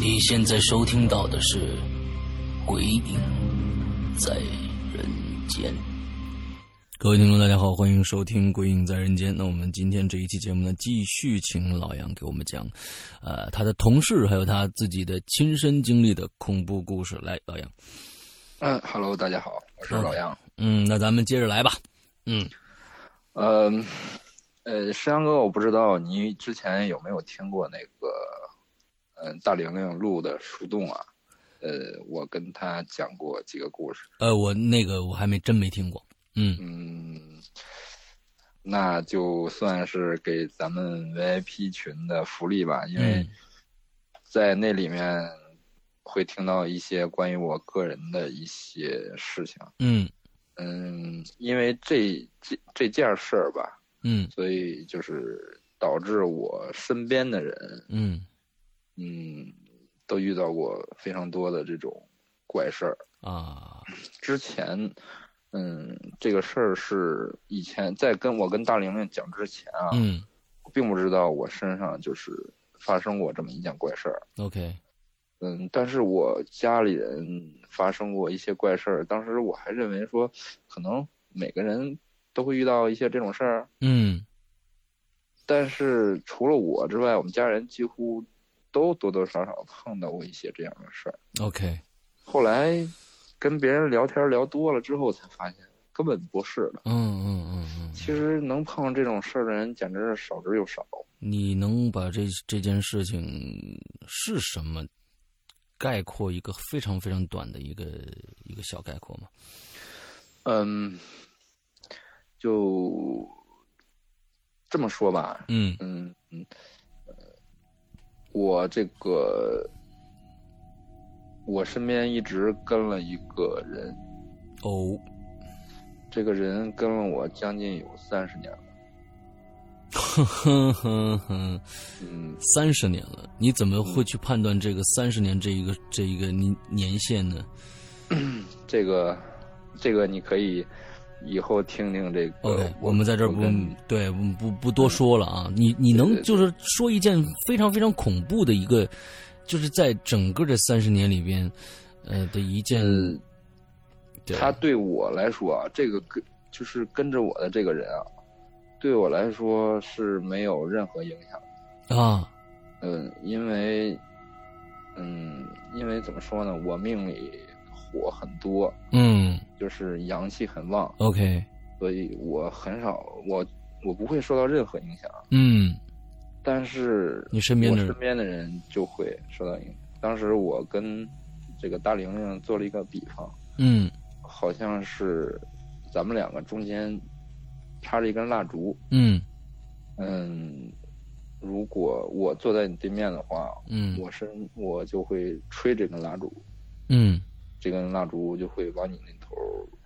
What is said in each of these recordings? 你现在收听到的是《鬼影在人间》。各位听众，大家好，欢迎收听《鬼影在人间》。那我们今天这一期节目呢，继续请老杨给我们讲，呃，他的同事还有他自己的亲身经历的恐怖故事。来，老杨，嗯哈喽，大家好，我是老杨。嗯，那咱们接着来吧。嗯，嗯，呃，山羊哥，我不知道你之前有没有听过那个，嗯、大玲玲录的树洞啊？呃，我跟他讲过几个故事。呃，我那个我还没真没听过。嗯，嗯，那就算是给咱们 VIP 群的福利吧，因为嗯在那里面会听到一些关于我个人的一些事情。嗯嗯，因为这这这件事儿吧，嗯所以就是导致我身边的人，嗯，嗯，都遇到过非常多的这种怪事儿。啊，之前，嗯，这个事儿是以前在跟我跟大玲玲讲之前啊，嗯我并不知道我身上就是发生过这么一件怪事儿。 ，OK，嗯，但是我家里人发生过一些怪事儿，当时我还认为说，可能每个人都会遇到一些这种事儿，啊嗯但是除了我之外，我们家人几乎都多多少少碰到过一些这样的事儿。 ，OK，后来跟别人聊天聊多了之后，才发现根本不是的。嗯嗯嗯嗯，其实能碰上这种事儿的人简直是少之又少。你能把这这件事情是什么概括一个非常非常短的一个一个小概括吗？嗯，就这么说吧。嗯嗯嗯，呃我这个我身边一直跟了一个人，哦， 这个人跟了我将近有三十年了。哼哼哼哼，嗯，三十年了，你怎么会去判断这个三十年这一个这一个年年限呢？这个，这个你可以以后听听这个。 OK，我呃们在这儿哦我不跟对不不不多说了啊。你你能就是说一件非常非常恐怖的一个，就是在整个这三十年里边，呃的一件，对他对我来说啊，这个跟就是跟着我的这个人啊，对我来说是没有任何影响的。啊，嗯，因为，嗯，因为怎么说呢，我命里火很多，嗯就是阳气很旺， ，OK，所以我很少我我不会受到任何影响，嗯，但是你身边的我人身边的人就会受到影响。当时我跟这个大玲玲做了一个比方，嗯好像是咱们两个中间插着一根蜡烛，嗯嗯，如果我坐在你对面的话，嗯我身我就会吹这根蜡烛，嗯这根蜡烛就会往你那头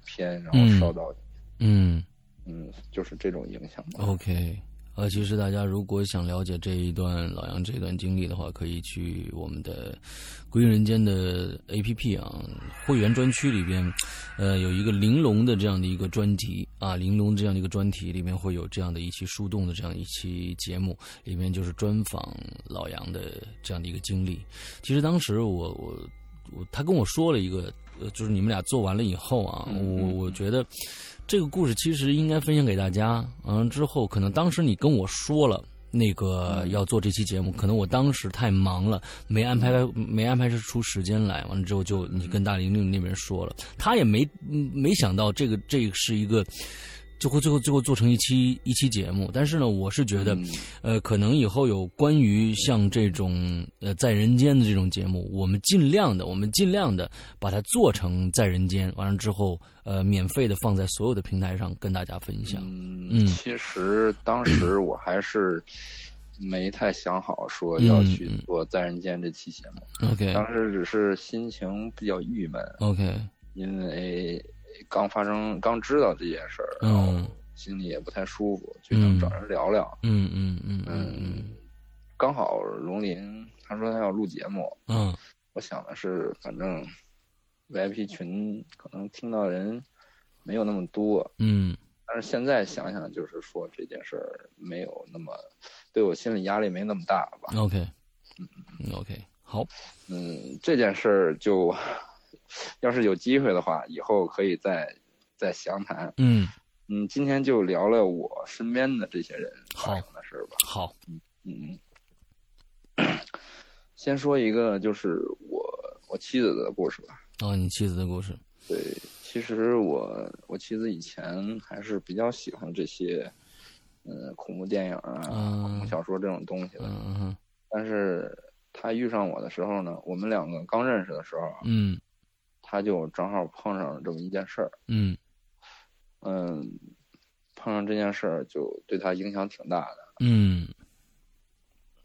偏，然嗯后烧到你，嗯嗯就是这种影响吧。 ，OK。呃，其实大家如果想了解这一段老杨这段经历的话，可以去我们的《归人间》的 APP 啊，会员专区里边，呃，有一个玲珑的这样的一个专题啊，玲珑这样的一个专题里面会有这样的一期树洞的这样一期节目，里面就是专访老杨的这样的一个经历。其实当时我我我他跟我说了一个，呃，就是你们俩做完了以后啊，嗯我我觉得这个故事其实应该分享给大家。嗯，之后可能当时你跟我说了。那嗯个要做这期节目，可能我当时太忙了，没安排嗯没安排出时间来。完了之后就你跟大玲玲那边说了，他也没嗯没想到这个这个是一个就会最后最后做成一期一期节目。但是呢，我是觉得，嗯呃，可能以后有关于像这种呃在人间的这种节目，我们尽量的，我们尽量的把它做成在人间，完了之后，呃，免费的放在所有的平台上跟大家分享。嗯嗯，其实当时我还是没太想好说要去嗯嗯哎做《在人间》这期节目， OK 嗯当时只是心情比较郁闷， OK，因为刚发生、刚知道这件事儿，然后嗯心里也不太舒服，就想找人聊聊。嗯嗯嗯嗯嗯嗯，刚好龙林他说他要录节目，嗯我想的是反正 VIP 群可能听到人没有那么多，嗯但是现在想想，就是说这件事儿没有那么对我心理压力没那么大吧。 OK OK，好，嗯，这件事儿就要是有机会的话，以后可以再再详谈。嗯嗯，今天就聊了我身边的这些人好发生的事儿吧。好，嗯，先说一个就是我我妻子的故事吧。啊、你妻子的故事，对，其实我我妻子以前还是比较喜欢这些，嗯，恐怖电影啊、嗯恐怖小说这种东西的。嗯嗯但是她遇上我的时候呢，我们两个刚认识的时候啊，嗯她就正好碰上了这么一件事儿。嗯嗯，碰上这件事儿就对她影响挺大的。嗯，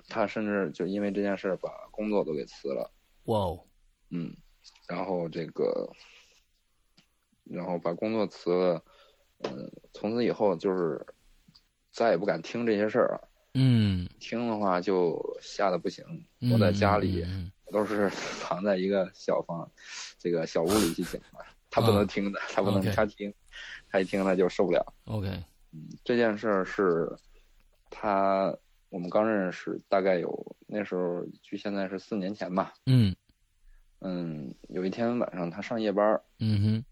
她甚至就因为这件事儿把工作都给辞了。哇哦，嗯，然后这个，然后把工作辞了，嗯，从此以后就是再也不敢听这些事儿了，嗯，听的话就吓得不行。嗯我在家里嗯我都是藏在一个小房，这个小屋里去讲的，他不能听的，他不能 OK 他听，他一听他就受不了。嗯 OK，这件事儿是他我们刚认识，大概有那时候距现在是四年前吧。嗯嗯，有一天晚上他上夜班儿。嗯哼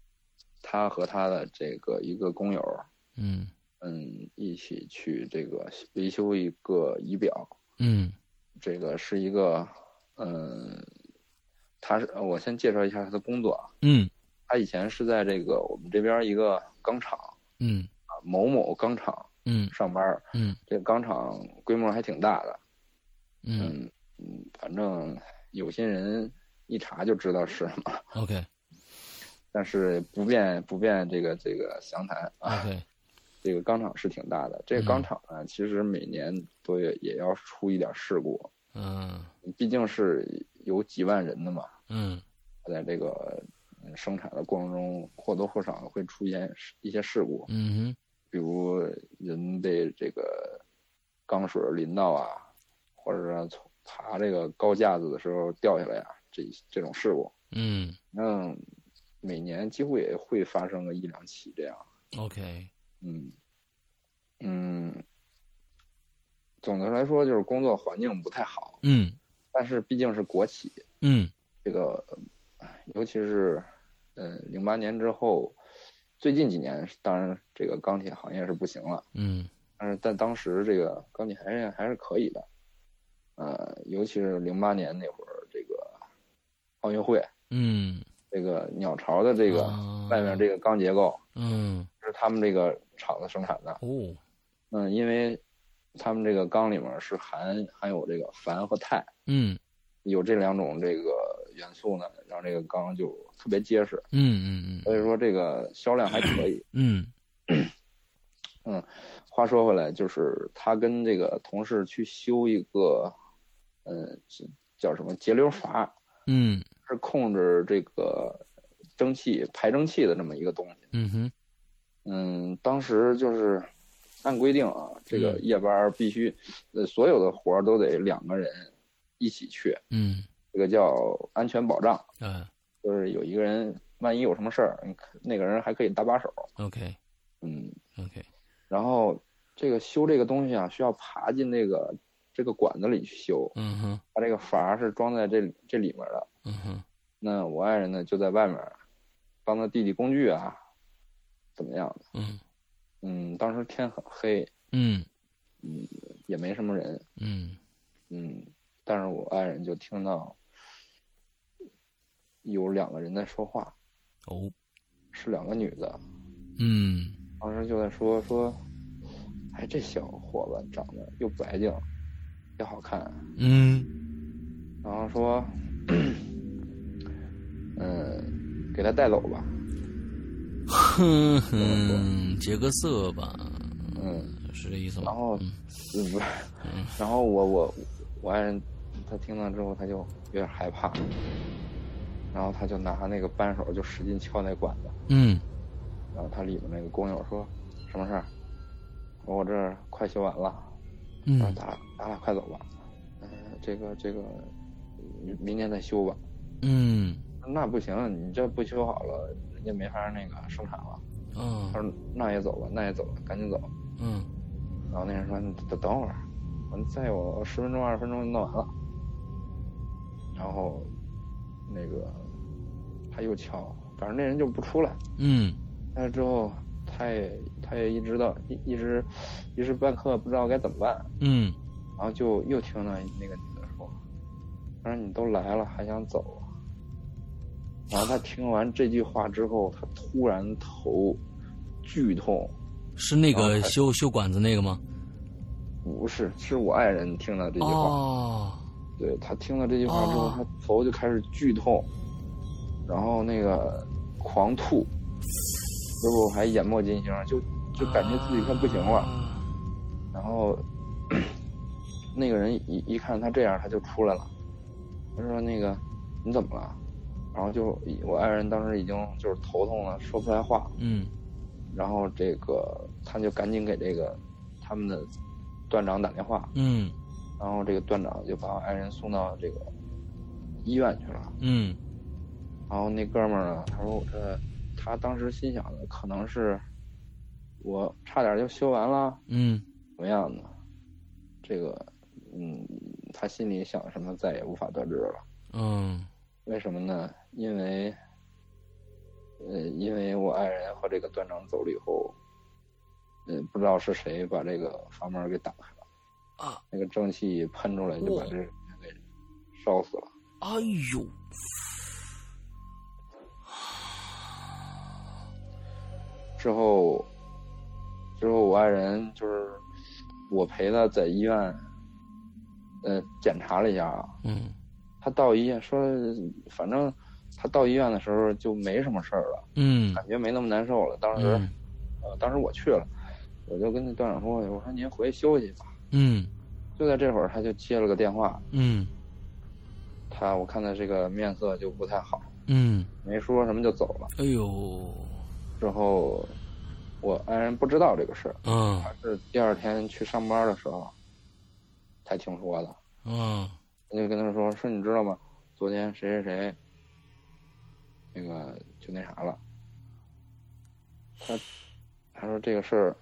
他和他的这个一个工友，嗯嗯，一起去这个维修一个仪表，嗯这个是一个，嗯，他是呃我先介绍一下他的工作啊，嗯他以前是在这个我们这边一个钢厂嗯啊某某钢厂嗯上班儿，嗯这个钢厂规模还挺大的，嗯嗯嗯，反正有些人一查就知道是什么， ，OK 但是不便不便这个这个详谈啊。 OK，这个钢厂是挺大的。这个嗯钢厂呢，其实每年都也也要出一点事故，嗯毕竟是有几万人的嘛，嗯在这个嗯生产的过程中或多或少会出现一些事故，嗯哼比如人被这个钢水淋到啊，或者是从爬这个高架子的时候掉下来啊，这这种事故，嗯那每年几乎也会发生个一两起这样。 OK，嗯，嗯，总的来说就是工作环境不太好，嗯但是毕竟是国企，嗯这个呃尤其是嗯零八年之后，最近几年当然这个钢铁行业是不行了，嗯但是在当时这个钢铁行业还是可以的，呃，尤其是零八年那会儿这个奥运会，嗯这个鸟巢的这个啊外面这个钢结构嗯是他们这个厂子生产的。哦嗯，因为他们这个钢里面是含含有这个钒和钛，嗯有这两种这个元素呢，让这个钢就特别结实，嗯嗯所以说这个销量还可以。嗯话说回来，就是他跟这个同事去修一个，嗯，是叫什么节流阀，嗯是控制这个蒸汽排蒸汽的这么一个东西。嗯哼嗯，当时就是按规定啊，这个嗯夜班儿必须，呃，所有的活儿都得两个人一起去，嗯这个叫安全保障，哎就是有一个人万一有什么事儿，你可那个人还可以搭把手。 OK 嗯， OK，然后这个修这个东西啊，需要爬进那个这个管子里去修，嗯哼它这个阀是装在这里这里面的。嗯哼那我爱人呢就在外面帮他弟弟工具啊，怎么样的？嗯嗯，当时天很黑，嗯也没什么人。嗯嗯，但是我爱人就听到有两个人在说话，哦是两个女的，嗯当时就在说说，哎，这小伙子长得又白净，又好看，嗯然后说， 嗯，给他带走吧，哼哼，结个色吧，嗯，是这意思然吗？后，嗯，不是， 然后我我我爱人，他听到之后他就有点害怕，然后他就拿那个扳手就使劲敲那管子，嗯然后他里面那个工友说，什么事儿？我我这儿快修完了，然后嗯咱俩咱俩快走吧，嗯、这个这个，明明天再修吧。嗯那不行，你这不修好了，人家没法那个生产了。啊他说那也走吧，那也走吧，赶紧走。嗯然后那人说你等等会儿，我再有十分钟二十分钟就弄完了。然后那个他又敲，反正那人就不出来。嗯但是之后他也他也一直到一一直一时半刻不知道该怎么办，嗯然后就又听到那个女的说：“他说你都来了，还想走啊？”然后他听完这句话之后，他突然头剧痛，是那个修修管子那个吗？不是，是我爱人听到这句话，哦，对他听到这句话之后，哦他头就开始剧痛，然后那个狂吐，之后还眼冒金星，就就感觉自己快不行了。啊然后那个人一一看他这样，他就出来了。他说：“那个你怎么了？”然后就我爱人当时已经就是头痛了，说不出来话。嗯然后这个他就赶紧给这个他们的段长打电话，嗯然后这个段长就把我爱人送到这个医院去了。嗯然后那哥们儿呢，他说我这，他当时心想的可能是我差点就修完了，嗯怎么样呢？这个，嗯，他心里想什么再也无法得知了。嗯为什么呢？因为，呃，因为我爱人和这个段长走了以后，呃，不知道是谁把这个房门给打开了，啊，那个蒸汽喷出来就把哇这人给烧死了。哎呦，之后，之后我爱人就是我陪他在医院，呃，检查了一下啊，嗯他到医院说，反正他到医院的时候就没什么事儿了，嗯感觉没那么难受了。当时，嗯呃，当时我去了，我就跟那段长说，我说您回去休息吧。嗯就在这会儿，他就接了个电话，嗯他我看他这个面色就不太好，嗯，没说什么就走了。哎呦，之后，我爱人不知道这个事儿，啊他是第二天去上班的时候才听说的。啊他就跟他说：“说你知道吗？昨天谁谁谁，那个就那啥了。”他他说这个事儿，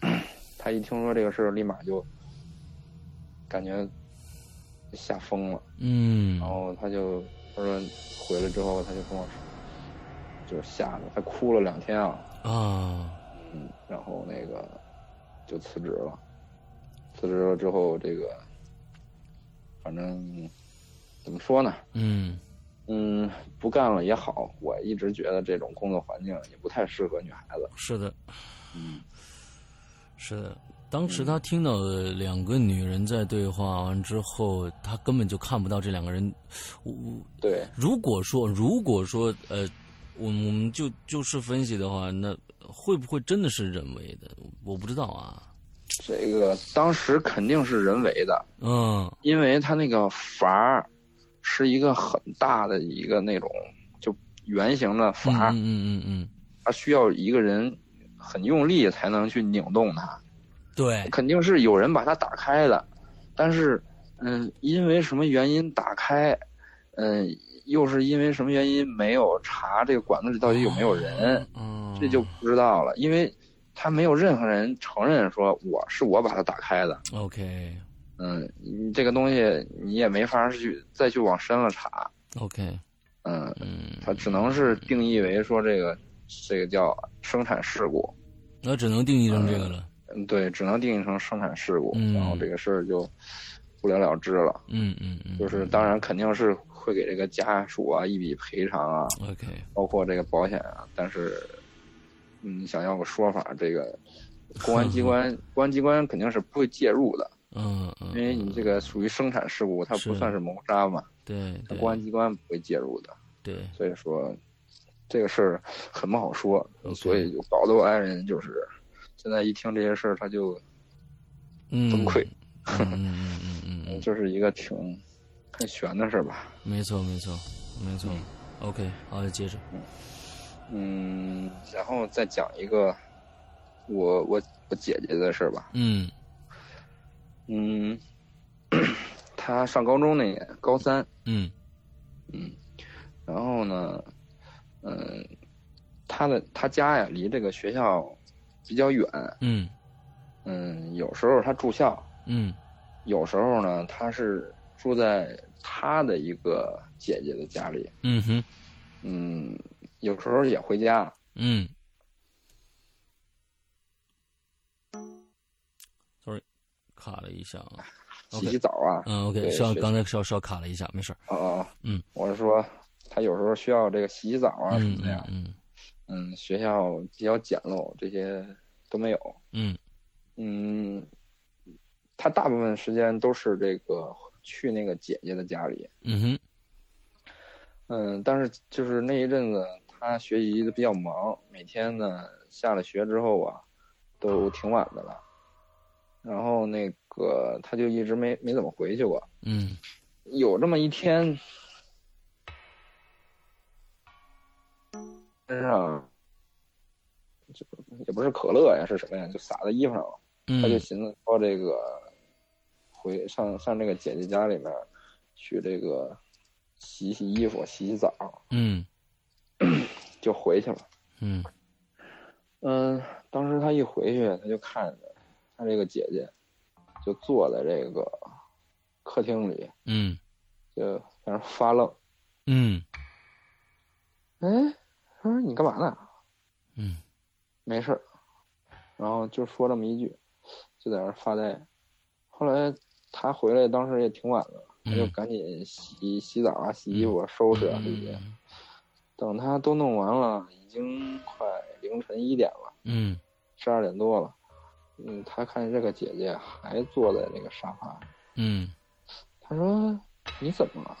他一听说这个事儿，立马就感觉吓疯了。嗯然后他就他说回来之后，他就跟我说，就是吓得他哭了两天啊。啊嗯，然后那个就辞职了。辞职了之后，这个反正怎么说呢，嗯嗯，不干了也好。我一直觉得这种工作环境也不太适合女孩子。是的。嗯，是的，当时他听到两个女人在对话完之后，他根本就看不到这两个人。我我对，如果说如果说呃，我们我们就就是分析的话，那会不会真的是人为的？我不知道啊。这个当时肯定是人为的，嗯因为他那个阀儿是一个很大的一个那种就圆形的嗯阀，嗯嗯嗯，它需要一个人很用力才能去拧动它。对，肯定是有人把它打开的，但是，嗯，因为什么原因打开，嗯，又是因为什么原因没有查这个管子里到底有没有人，嗯，这就不知道了，因为他没有任何人承认说我是我把它打开的， OK 嗯，你这个东西你也没法去再去往深了查， OK，嗯，嗯，它只能是定义为说这个这个叫生产事故，那只能定义成这个了。嗯，对，只能定义成生产事故，嗯然后这个事儿就不了了之了。嗯嗯嗯，就是当然肯定是会给这个家属啊一笔赔偿啊， OK，包括这个保险啊，但是嗯想要个说法，这个公安 机关公安机关肯定是不会介入的，嗯嗯，因为你这个属于生产事故，它不是算是谋杀嘛，对它对公安机关不会介入的，对，所以说这个事儿很不好说， OK 所以就搞得我爱人就是现在一听这些事儿，他就嗯，崩溃，嗯嗯嗯嗯 嗯，就是一个挺很悬的事儿吧。没错没错没错，OK，好，接着，嗯，然后再讲一个我我我姐姐的事儿吧。嗯嗯，她上高中那年，高三，嗯然后呢，嗯，她的她家呀离这个学校比较远，嗯嗯，有时候她住校，嗯有时候呢她是住在她的一个姐姐的家里，嗯哼嗯，有时候也回家，嗯，sorry，卡了一下啊洗 OK 洗澡啊，嗯，OK，对稍是刚才稍稍卡了一下，没事儿。啊、啊，嗯，我是说她有时候需要这个洗洗澡啊什嗯么的呀。嗯嗯，学校比较简陋，这些都没有。嗯嗯，他大部分时间都是这个去那个姐姐的家里。嗯哼嗯，但是就是那一阵子，他学习的比较忙，每天呢下了学之后啊，都挺晚的了。然后那个他就一直没没怎么回去过。嗯有这么一天，身上就也不是可乐呀，是什么呀？就洒在衣服上了。嗯，他就寻思说这个回上上这个姐姐家里面去这个洗洗衣服、洗洗澡，嗯就回去了。嗯嗯，当时他一回去，他就看着他这个姐姐就坐在这个客厅里，嗯就在那儿发愣。嗯哎，他说你干嘛呢？嗯没事儿，然后就说这么一句，就在那儿发呆。后来他回来，当时也挺晚了，他就嗯赶紧洗洗澡啊、洗衣服啊、收拾啊这些。嗯等他都弄完了，已经快凌晨一点了，嗯十二点多了。嗯，他看见这个姐姐还坐在那个沙发上，嗯他说：“你怎么了？”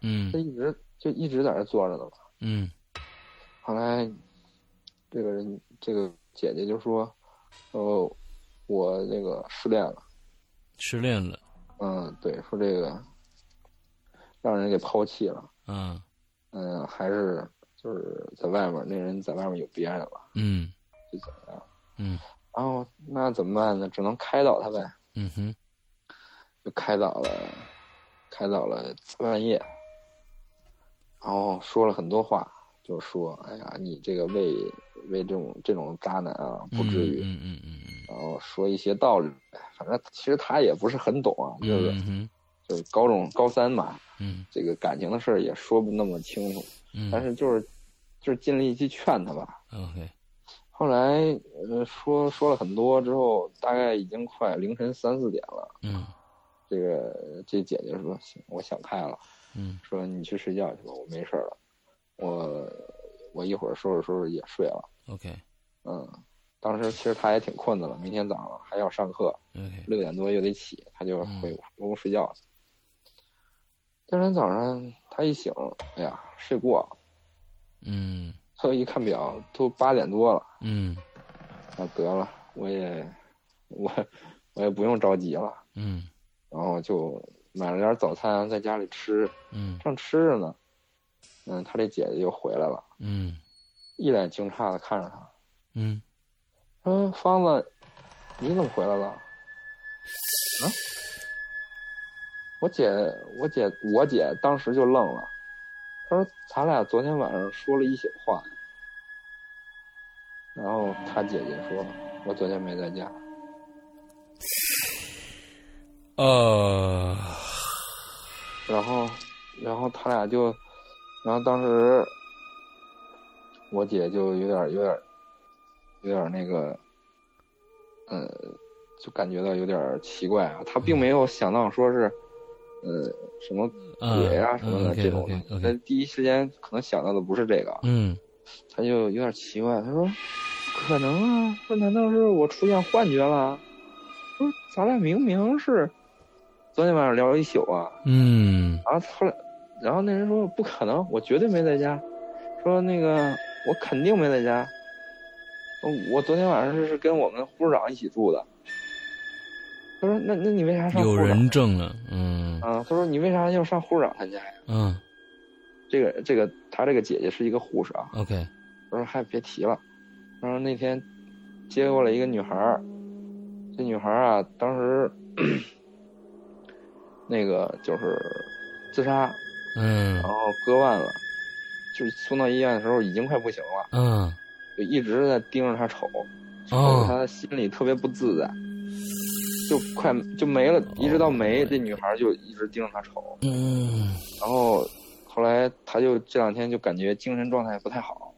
嗯他一直就一直在这坐着呢嘛。嗯后来，这个人这个姐姐就说：“哦，我那个失恋了。”失恋了嗯，对，说这个让人给抛弃了，啊，嗯，还是就是在外面那人在外面有别人了，嗯就怎么样？嗯然后那怎么办呢？只能开导他呗，嗯哼就开导了，开导了半夜，然后说了很多话，就说：“哎呀，你这个为为这种这种渣男啊，不至于。嗯嗯嗯然后说一些道理呗，反正其实他也不是很懂啊，嗯，就是、嗯就是高中高三嘛，嗯这个感情的事儿也说不那么清楚，嗯，但是就是就是尽力去劝他吧。 OK，后来呃说说了很多之后，大概已经快凌晨三四点了。嗯这个这姐姐说：“行，我想开了，嗯说你去睡觉去吧，我没事儿了，我我一会儿收拾收拾也睡了。 OK 嗯，当时其实她也挺困的了，明天早上还要上课， OK，六点多又得起，她就嗯回回屋睡觉去。第二天早上她一醒，哎呀，睡过了。”嗯后来一看表，都八点多了，嗯啊，得了，我也，我，我也不用着急了，嗯然后就买了点早餐在家里吃，嗯正吃着呢，嗯，他这姐姐就回来了，嗯一脸惊诧的看着他，嗯，说：“嗯方子，你怎么回来了？啊？我姐，我姐，我姐当时就愣了，她说：咱俩昨天晚上说了一宿话。然后她姐姐说：我昨天没在家。呃，然后，然后他俩就，然后当时我姐就有点儿有点儿有点儿那个，呃，就感觉到有点儿奇怪啊。她并没嗯有想到说是，呃，什么鬼呀、什么的嗯这 OK 种 OK 的。 OK，但第一时间可能想到的不是这个啊，嗯她就有点儿奇怪。她说：“可能啊，这难道是我出现幻觉了？不是，咱俩明明是昨天晚上聊了一宿啊。嗯然后后来，然后那人说不可能，我绝对没在家，说那个我肯定没在家，我我昨天晚上是跟我们护士长一起住的。他说那那你为啥上有护士人长证了，嗯啊？他说你为啥要上护士长他家呀？嗯这个这个他这个姐姐是一个护士啊。 ，OK，我说嗨，别提了。然后那天接过来一个女孩儿，这女孩儿啊，当时 那个就是自杀，嗯然后割腕了，就是送到医院的时候已经快不行了，嗯，就一直在盯着她瞅，瞅哦着她心里特别不自在，就快就没了，一直到没，这女孩儿就一直盯着她瞅，嗯然后后来他就这两天就感觉精神状态不太好，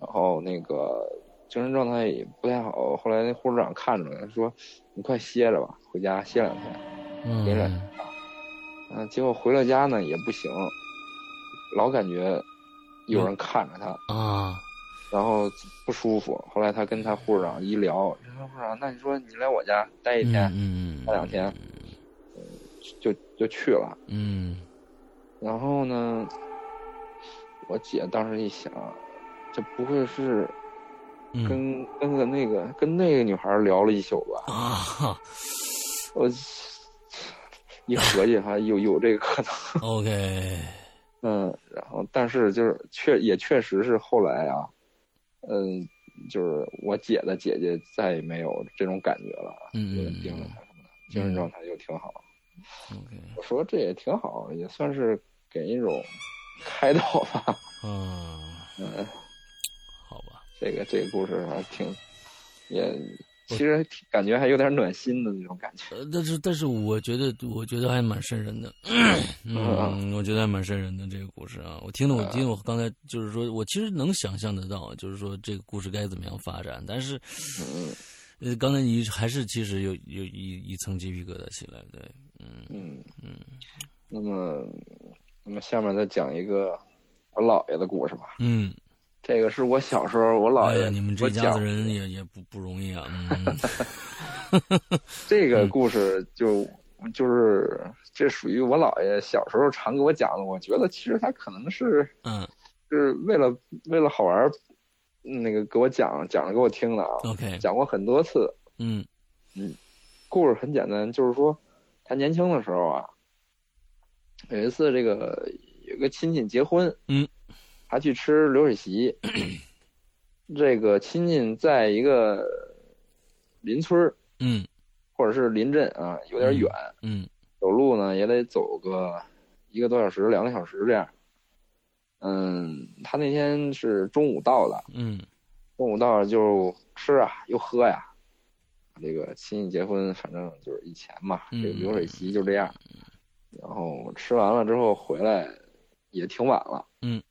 然后那个精神状态也不太好。后来那护士长看着了，说：“你快歇着吧，回家歇两天。回来嗯，嗯，结果回了家呢也不行，老感觉有人看着他，啊，然后不舒服。后来他跟他护士长一聊，人家护士长，那你说你来我家待一嗯天、嗯，待两天，嗯就就去了。嗯，然后呢，我姐当时一想，这不会是嗯嗯跟、跟个那个跟那个女孩聊了一宿吧？啊哈我一合计还有有这个可能， ，OK，嗯，然后但是就是确也确实是后来啊，嗯，就是我姐的姐姐再也没有这种感觉了，嗯嗯有人盯着她什么的，精神状态就挺好。 ，OK，我说这也挺好，也算是给一种开导吧。啊，嗯，好吧，这个这个故事还挺，也其实挺感觉还有点暖心的那种感觉。呃，但是但是我觉得我觉得还蛮瘆人 的，啊嗯，我觉得还蛮瘆人的这个故事啊，我听了我听我刚才就是说我其实能想象得到，就是说这个故事该怎么样发展，但是嗯呃，刚才你还是其实有有一一层鸡皮疙瘩起来，对，嗯嗯嗯那么，那么下面再讲一个我姥爷的故事吧。嗯，这个是我小时候我姥哎爷，呀，你们我这家讲子人也也不不容易啊， 嗯这个故事就。就是这属于我姥爷小时候常给我讲的，我觉得其实他可能是嗯是为了为了好玩儿，那个给我讲讲着给我听的啊， ，OK，讲过很多次。嗯故事很简单，就是说他年轻的时候啊，有一次这个有个亲戚结婚，嗯，他去吃流 水席，这个亲戚在一个邻村儿嗯或者是邻镇啊，有点远，嗯走路呢也得走个一个多小时、两个小时这样。嗯，他那天是中午到的，嗯中午到了就吃啊，又喝呀、这个亲戚结婚，反正就是以前嘛，嗯这个流水席就这样。然后吃完了之后回来也挺晚了。嗯。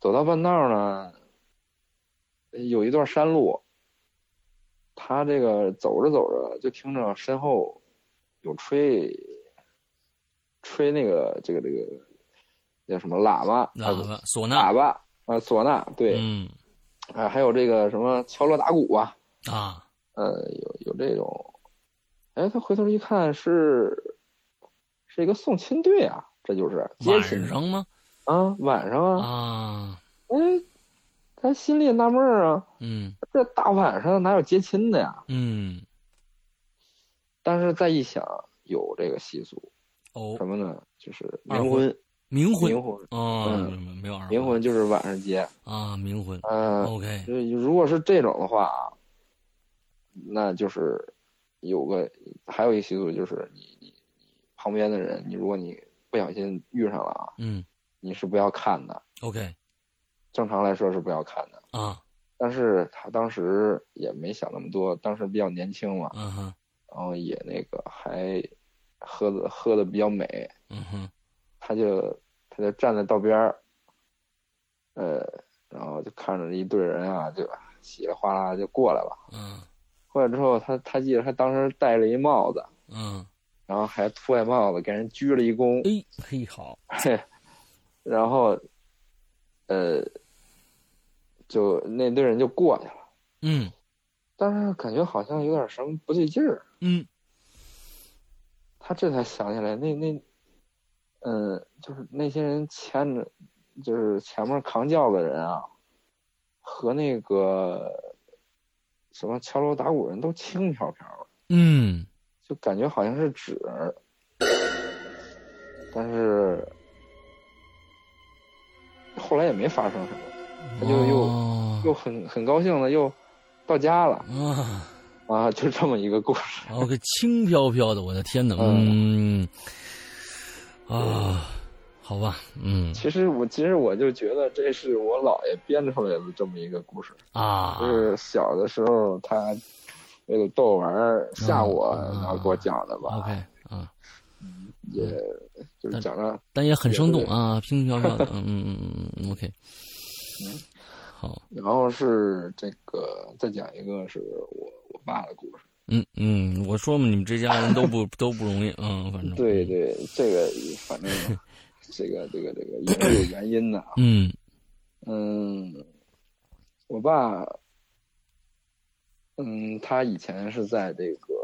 走到半道儿呢，有一段山路，他这个走着走着就听着身后有吹吹那个这个这个叫什么喇叭？喇叭嗯唢呐喇，叭啊，唢呐对。嗯啊，还有这个什么敲锣打鼓啊，啊，呃，有有这种，哎，他回头一看是是一个送亲队啊，这就是接亲晚上吗？啊，晚上啊，啊，哎，他心里也纳闷儿啊，嗯这大晚上哪有接亲的呀？嗯，但是再一想，有这个习俗，哦什，么呢？就是二冥婚，冥婚冥婚，啊，嗯没没有二冥婚婚就是晚上接，啊，冥婚嗯、 ，OK，就是如果是这种的话啊，那就是有个还有一个习俗就是你你你旁边的人，你如果你不小心遇上了啊，嗯你是不要看的， ，OK 正常来说是不要看的。啊，但是他当时也没想那么多，当时比较年轻嘛，嗯哼然后也那个还喝的喝的比较美，嗯哼，他就他就站在道边儿，呃，然后就看着一队人啊，就稀里哗啦就过来了。嗯过来之后，他他记得他当时戴了一帽子，嗯，然后还脱下帽子给人鞠了一躬，哎嘿好，嘿，然后，呃，就那队人就过去了。嗯但是感觉好像有点什么不对劲儿。嗯他这才想起来，那那，嗯、就是那些人牵着，就是前面扛轿子的人啊，和那个什么敲锣打鼓人都轻飘飘的，嗯就感觉好像是纸儿，但是后来也没发生什么，他就又哦又很很高兴的又到家了啊。啊，就这么一个故事。 然后个轻飘飘的，我的天哪，嗯嗯啊，好吧，嗯其实我其实我就觉得这是我姥爷编出来的这么一个故事，啊就，是小的时候他为了逗我玩儿吓我，嗯嗯然后给我讲的吧， OK 啊，也就是讲的但也很生动啊，轻飘飘的，嗯嗯嗯嗯，OK，好，然后是这个，再讲一个是我我爸的故事。嗯嗯，我说嘛，你们这家人都不都不容易，嗯，反正对，对，这个反 正这个这个这个也有原因的。嗯嗯，我爸，嗯，他以前是在这个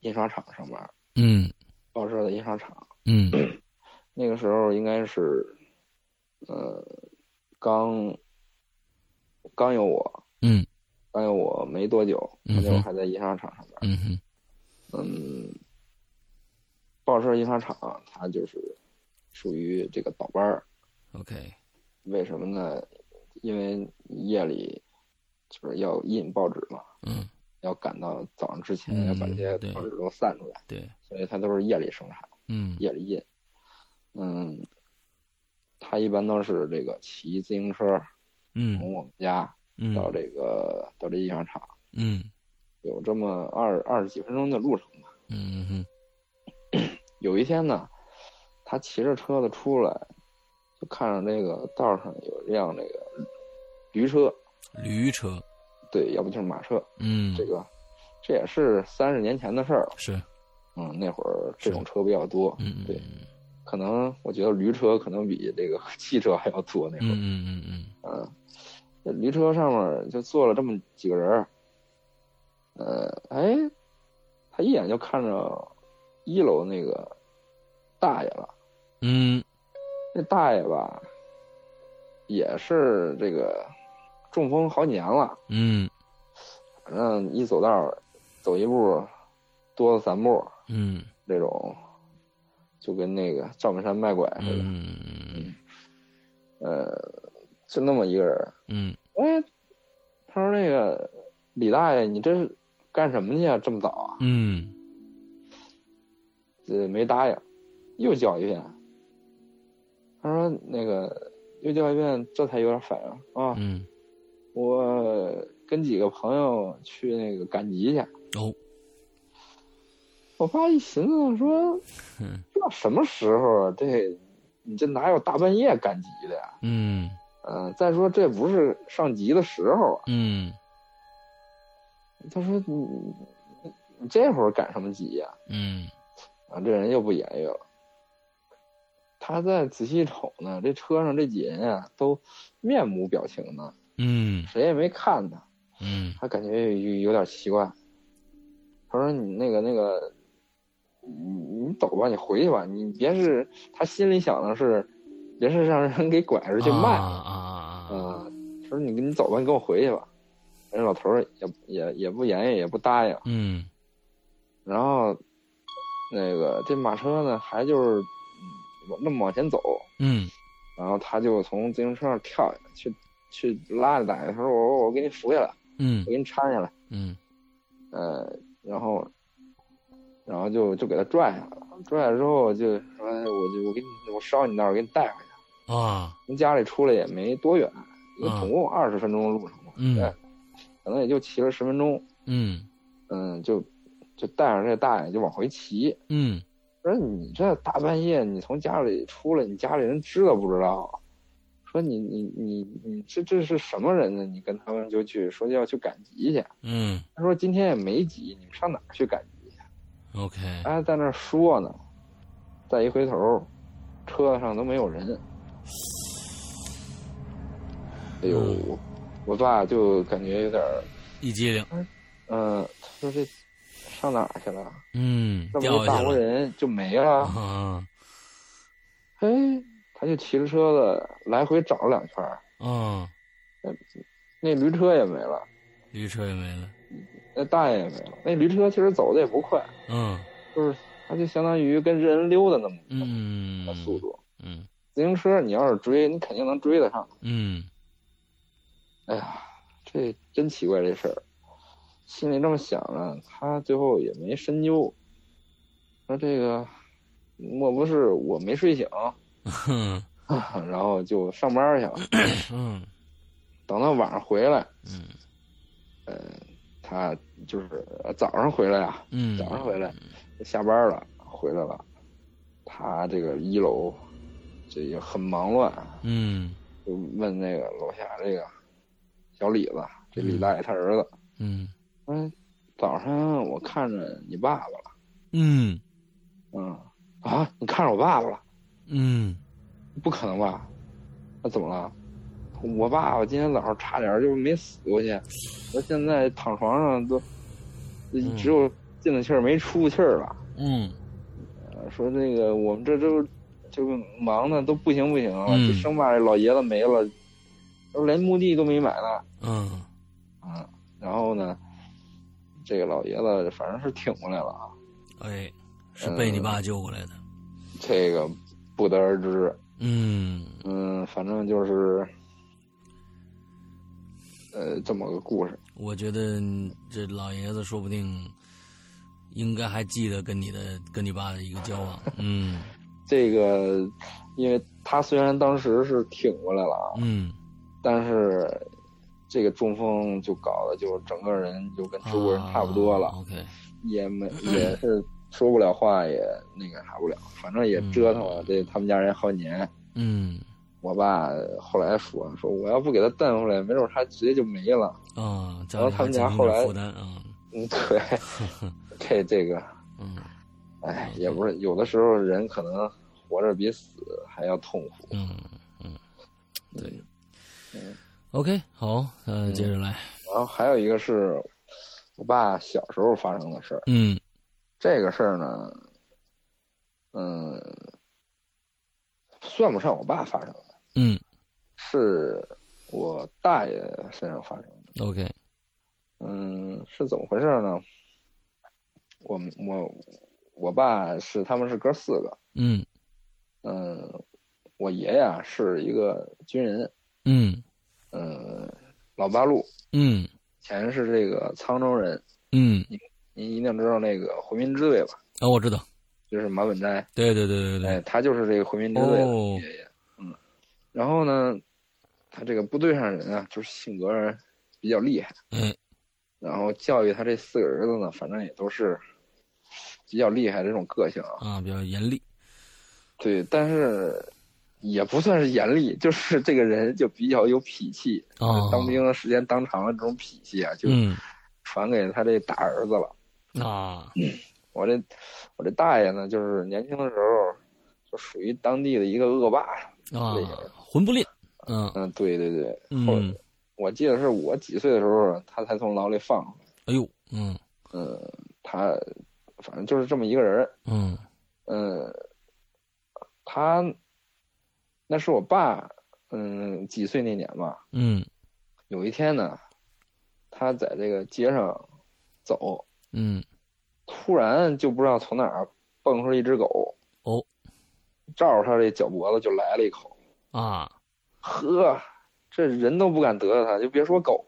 印刷厂上班，嗯报社的印刷厂。嗯那个时候应该是，呃，刚刚有我，嗯刚有我没多久，他嗯就哼还在印刷厂上班。嗯哼嗯，报社印刷厂它就是属于这个倒班儿， ，OK，为什么呢？因为夜里就是要印报纸嘛，嗯要赶到早上之前嗯要把这些对报纸都散出来，对，所以它都是夜里生产，嗯夜里印。嗯，他一般都是这个骑自行车嗯从我们家嗯到这个、到这印刷厂，嗯有这么二二十几分钟的路程吧。嗯哼有一天呢，他骑着车子出来，就看着那个道上有一辆那个驴车，驴车，对，要不就是马车。嗯这个这也是三十年前的事儿了。是，嗯，那会儿这种车比较多，嗯对，可能我觉得驴车可能比这个 汽车还要多。那嗯会儿，嗯嗯嗯，那驴车上面就坐了这么几个人儿。呃，哎，他一眼就看着一楼那个大爷了。嗯嗯那大爷吧，也是这个中风好几年了，嗯。反正一走道儿走一步，多了三步，嗯这种就跟那个赵本山卖拐似的，嗯呃，就那么一个人儿。嗯哎，他说那个李大爷，你这是干什么去啊？这么早啊？嗯呃，没答应，又叫一遍。他说那个又叫一遍，这才有点反应啊。嗯我跟几个朋友去那个赶集去。哦，我爸一寻思说嗯，这什么时候啊？这你这哪有大半夜赶集的呀？嗯嗯、再说这不是上集的时候啊。嗯他说你你你这会儿赶什么集呀、嗯啊？这人又不言语了。他再仔细瞅呢，这车上这几人啊，都面无表情呢，嗯谁也没看他。嗯他感觉有有点奇怪。他说：“你那个那个，你你走吧，你回去吧，你别是他心里想的是，别是让人给拐出去卖啊啊啊啊。他说：“你你走吧，你跟我回去吧。”人老头儿也也也不言语，也不答应。嗯然后，那个这马车呢，还就是嗯往那么往前走，嗯然后他就从自行车上跳下来，去去拉着大爷，他说：“我我给你扶下来，嗯我给你搀下来。”嗯呃，然后，然后就就给他拽下来了。拽下来之后就说：“哎我就我给你，我捎你那儿，我给你带回去。啊”从家里出来也没多远，也啊总共二十分钟的路程嘛，嗯对可能也就骑了十分钟。嗯嗯，就就带着这大爷就往回骑。嗯说你这大半夜你从家里出来，你家里人知道不知道啊？说你你你你这这是什么人呢？你跟他们就去说要去赶集去。嗯他说今天也没集，你们上哪儿去赶集？ ，OK，还在那儿说呢，再一回头，车上都没有人。哎呦，嗯我我爸就感觉有点儿，一激灵，嗯、他说这上哪儿去了？嗯，那掉不下大去活了，人就没了？啊哎，他就骑着车子来回找了两圈儿，啊，那驴车也没了，驴车也没了，那大爷也没了。那驴车其实走的也不快，嗯就是它就相当于跟人溜达那么一个嗯嗯哦速度。嗯自行车你要是追，你肯定能追得上。嗯哎呀，这真奇怪这事儿。心里这么想呢，他最后也没深究。说这个，莫不是我没睡醒， 哼然后就上班去了。嗯等到晚上回来，嗯他就是呃早上回来啊，嗯，早上回来下班了，回来了。他这个一楼，这也很忙乱，嗯就问那个楼下这个小李子，这李大爷他儿子，嗯嗯，早上我看着你爸爸了，嗯嗯，啊，你看着我爸爸了？嗯不可能吧？那怎么了？我爸爸今天早上差点就没死过去，我现在躺床上都，嗯只有进了气儿没出气儿了。嗯呃说这个我们这都就忙的都不行不行了，啊嗯就生怕这老爷子没了，都连墓地都没买呢。嗯嗯，然后呢，这个老爷子反正是挺过来了啊，哎，是被呃你爸救过来的，这个不得而知。嗯嗯，反正就是，呃，这么个故事。我觉得这老爷子说不定应该还记得跟你的跟你爸的一个交 往。嗯这个，因为他虽然当时是挺过来了啊，嗯，但是这个中风就搞得就整个人就跟植物人差不多了，啊 OK，也没也是说不了话，也那个啥不了，反正也折腾了、这他们家人好几年。嗯我爸后来说说我要不给他蹬回来，没准他直接就没了。啊，家里然后他还们减家轻后点来负担啊。嗯，对，这这个嗯哎，也不是，有的时候人可能活着比死还要痛苦。嗯嗯，对。OK，好，呃，接着来。然后还有一个是我爸小时候发生的事儿，嗯这个事儿呢，嗯，算不上我爸发生的，嗯是我大爷身上发生的。 ，OK，嗯，是怎么回事呢？我们我我爸是他们是哥四个，嗯嗯，我爷爷啊是一个军人，嗯嗯，老八路。嗯前是这个沧州人，嗯，您一定知道那个回民支队吧？啊，我知道，就是马本斋，对对对对哎，对，他就是这个回民支队的哦爷爷。嗯，然后呢，他这个部队上人啊，就是性格比较厉害，嗯然后教育他这四个儿子呢，反正也都是比较厉害的这种个性啊。啊，比较严厉，对，但是也不算是严厉，就是这个人就比较有脾气。哦当兵的时间当长了，这种脾气啊，就嗯传给他这大儿子了。啊，我这我这大爷呢，就是年轻的时候就属于当地的一个恶霸。啊这个，魂不吝，嗯嗯，对对对，后嗯，我记得是我几岁的时候，他才从牢里放出来。哎呦，嗯嗯，他反正就是这么一个人儿。嗯嗯，他那是我爸，嗯，几岁那年吧。嗯有一天呢，他在这个街上走，嗯，突然就不知道从哪儿蹦出来一只狗，哦照着他这脚脖子就来了一口。啊，呵，这人都不敢得罪他，就别说狗。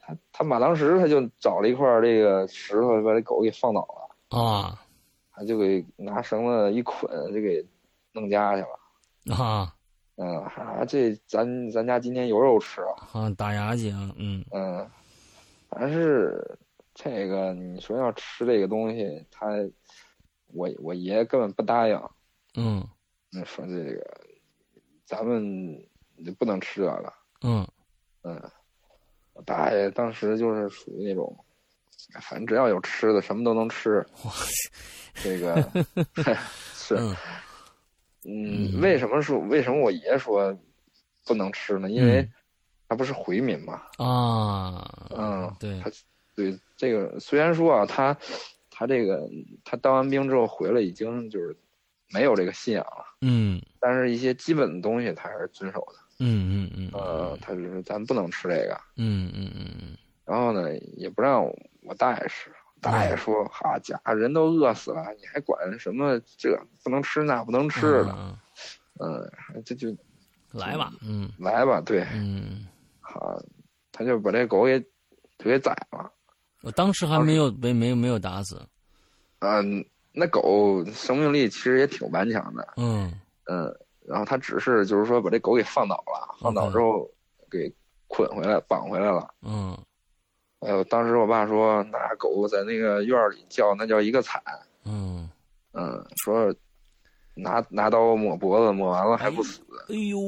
他他马当时他就找了一块这个石头，把这狗给放倒了，啊他就给拿绳子一捆，就给弄家去了。啊嗯，啊，这咱咱家今天有肉吃啊。啊，打牙祭啊，嗯嗯，但是这个你说要吃这个东西，他我我爷根本不答应。嗯嗯说这个咱们不能吃这个。嗯嗯，我大爷当时就是属于那种，反正只要有吃的，什么都能吃。这个嗯是，嗯嗯，为什么说为什么我爷说不能吃呢？因为他不是回民嘛，啊，嗯，对，他对这个虽然说啊，他他这个他当完兵之后回来已经就是没有这个信仰了，嗯但是一些基本的东西他还是遵守的。嗯嗯嗯，呃，他就是咱不能吃这个，嗯嗯嗯嗯，然后呢也不让我大爷吃。大爷说：“好家伙，人都饿死了，你还管什么这不能吃那不能吃的？了，嗯，这就嗯来吧，嗯来吧，对，嗯，好，他就把这狗给就给宰了。我当时还没有没没没有打死，嗯，那狗生命力其实也挺顽强的，嗯嗯，然后他只是就是说把这狗给放倒了，放倒之后给捆回来绑回来了。嗯哎呦，当时我爸说那狗在那个院里叫那叫一个惨，嗯，嗯，说拿拿刀抹脖子，抹完了还不死，哎呦，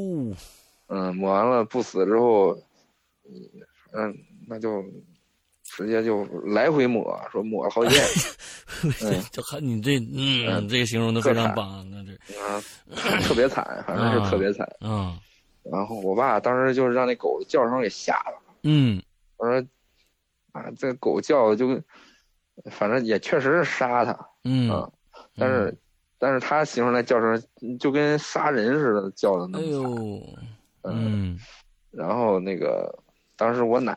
嗯，抹完了不死之后，嗯，那就直接就来回抹，说抹了好几 遍。这还你这嗯这个形容的非常棒，那这啊，特别惨，反正是特别惨。啊然后我爸当时就是让那狗叫声给吓了，嗯我说啊，这狗叫就，反正也确实是杀它，嗯，啊但是、但是它形容那叫声就跟杀人似的叫的那哎么惨。呦，嗯然后那个当时我奶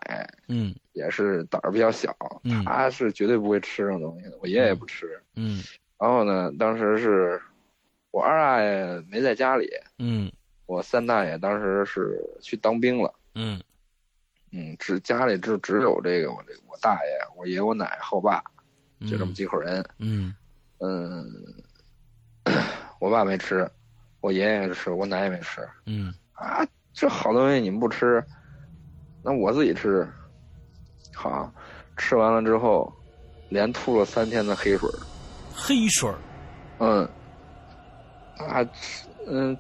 嗯也是胆儿比较小，嗯她是绝对不会吃这种东西的，我爷爷也不吃。嗯然后呢，当时是我二大爷没在家里，嗯我三大爷当时是去当兵了。嗯嗯，只家里就只有这个我这我大爷、我爷、我奶和我爸，就这么几口人。嗯嗯，我爸没吃，我爷爷也吃，我奶也没吃。嗯啊，这好东西你们不吃，那我自己吃。好，吃完了之后，连吐了三天的黑水儿。黑水儿，嗯，啊，吃嗯，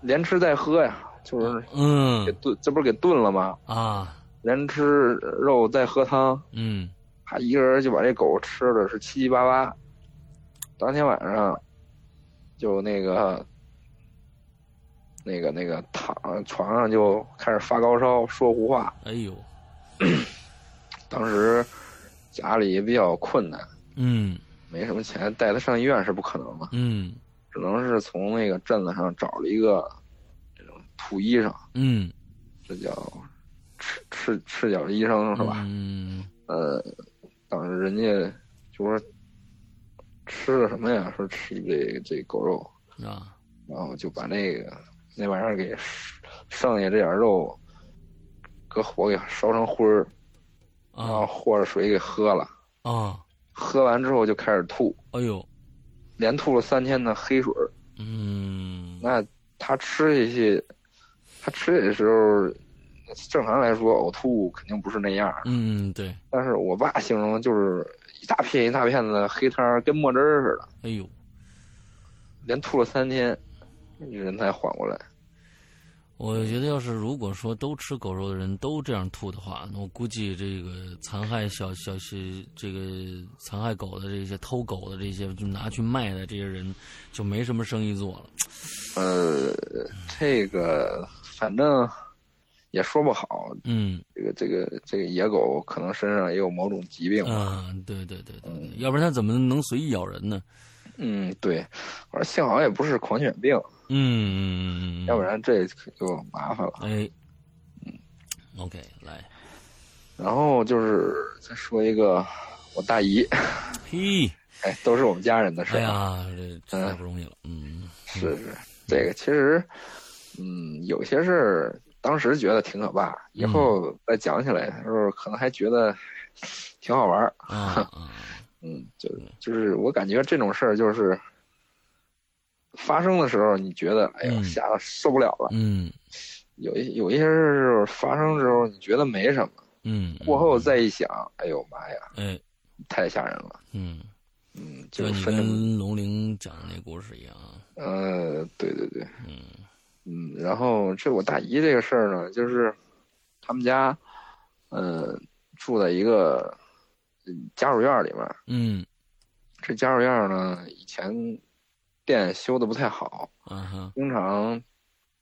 连吃带喝呀，就是给嗯炖，这不是给炖了吗？啊连吃肉带喝汤。嗯他一个人就把这狗吃的是七七八八。当天晚上，就那个、那个、那个躺床上就开始发高烧，说胡话。哎呦当时家里也比较困难，嗯没什么钱，带他上医院是不可能的，嗯只能是从那个镇子上找了一个那种土医生，嗯这叫赤赤赤脚医生是吧？嗯呃，当时人家就说吃的什么呀？说吃这个这狗肉，啊然后就把那个那玩意儿给剩下这点肉，搁火给烧成灰儿，然后啊和着水给喝了。啊，喝完之后就开始吐，哎呦连吐了三天的黑水儿。嗯那他吃下去，他吃的时候，正常来说呕吐肯定不是那样儿，嗯对，但是我爸形容就是一大片一大片的黑汤儿，跟墨汁儿似的。哎呦连吐了三天，人才缓过来。我觉得，要是如果说都吃狗肉的人都这样吐的话，那我估计这个残害小小是这个残害狗的这些偷狗的这些就拿去卖的这些人就没什么生意做了。呃，这个反正也说不好，嗯这个这个这个野狗可能身上也有某种疾病。啊，对对对对，对要不然它怎么能随意咬人呢？嗯，对，而幸好也不是狂犬病，嗯嗯嗯嗯，要不然这可就麻烦了。哎，OK，来，然后就是再说一个，我大姨， 嘿，哎，都是我啊们家人的事哎儿、呀，这这太不容易了，嗯是是，这个其实，嗯，有些事儿当时觉得挺可怕，以嗯后再讲起来的时候，可能还觉得挺好玩儿。啊啊，嗯，就就是我感觉这种事儿就是发生的时候，你觉得哎呦嗯吓得受不了了；嗯有一有一些事儿就是发生之后，你觉得没什么，嗯，过后再一想，哎呦妈呀，哎太吓人了。嗯。嗯，就就是你分这么跟龙玲讲的那故事一样啊，呃，对对对，嗯嗯，然后这我大姨这个事儿呢，就是他们家，呃，住在一个嗯家属院儿里面儿。嗯这家属院儿呢，以前店修的不太好，啊哈，经常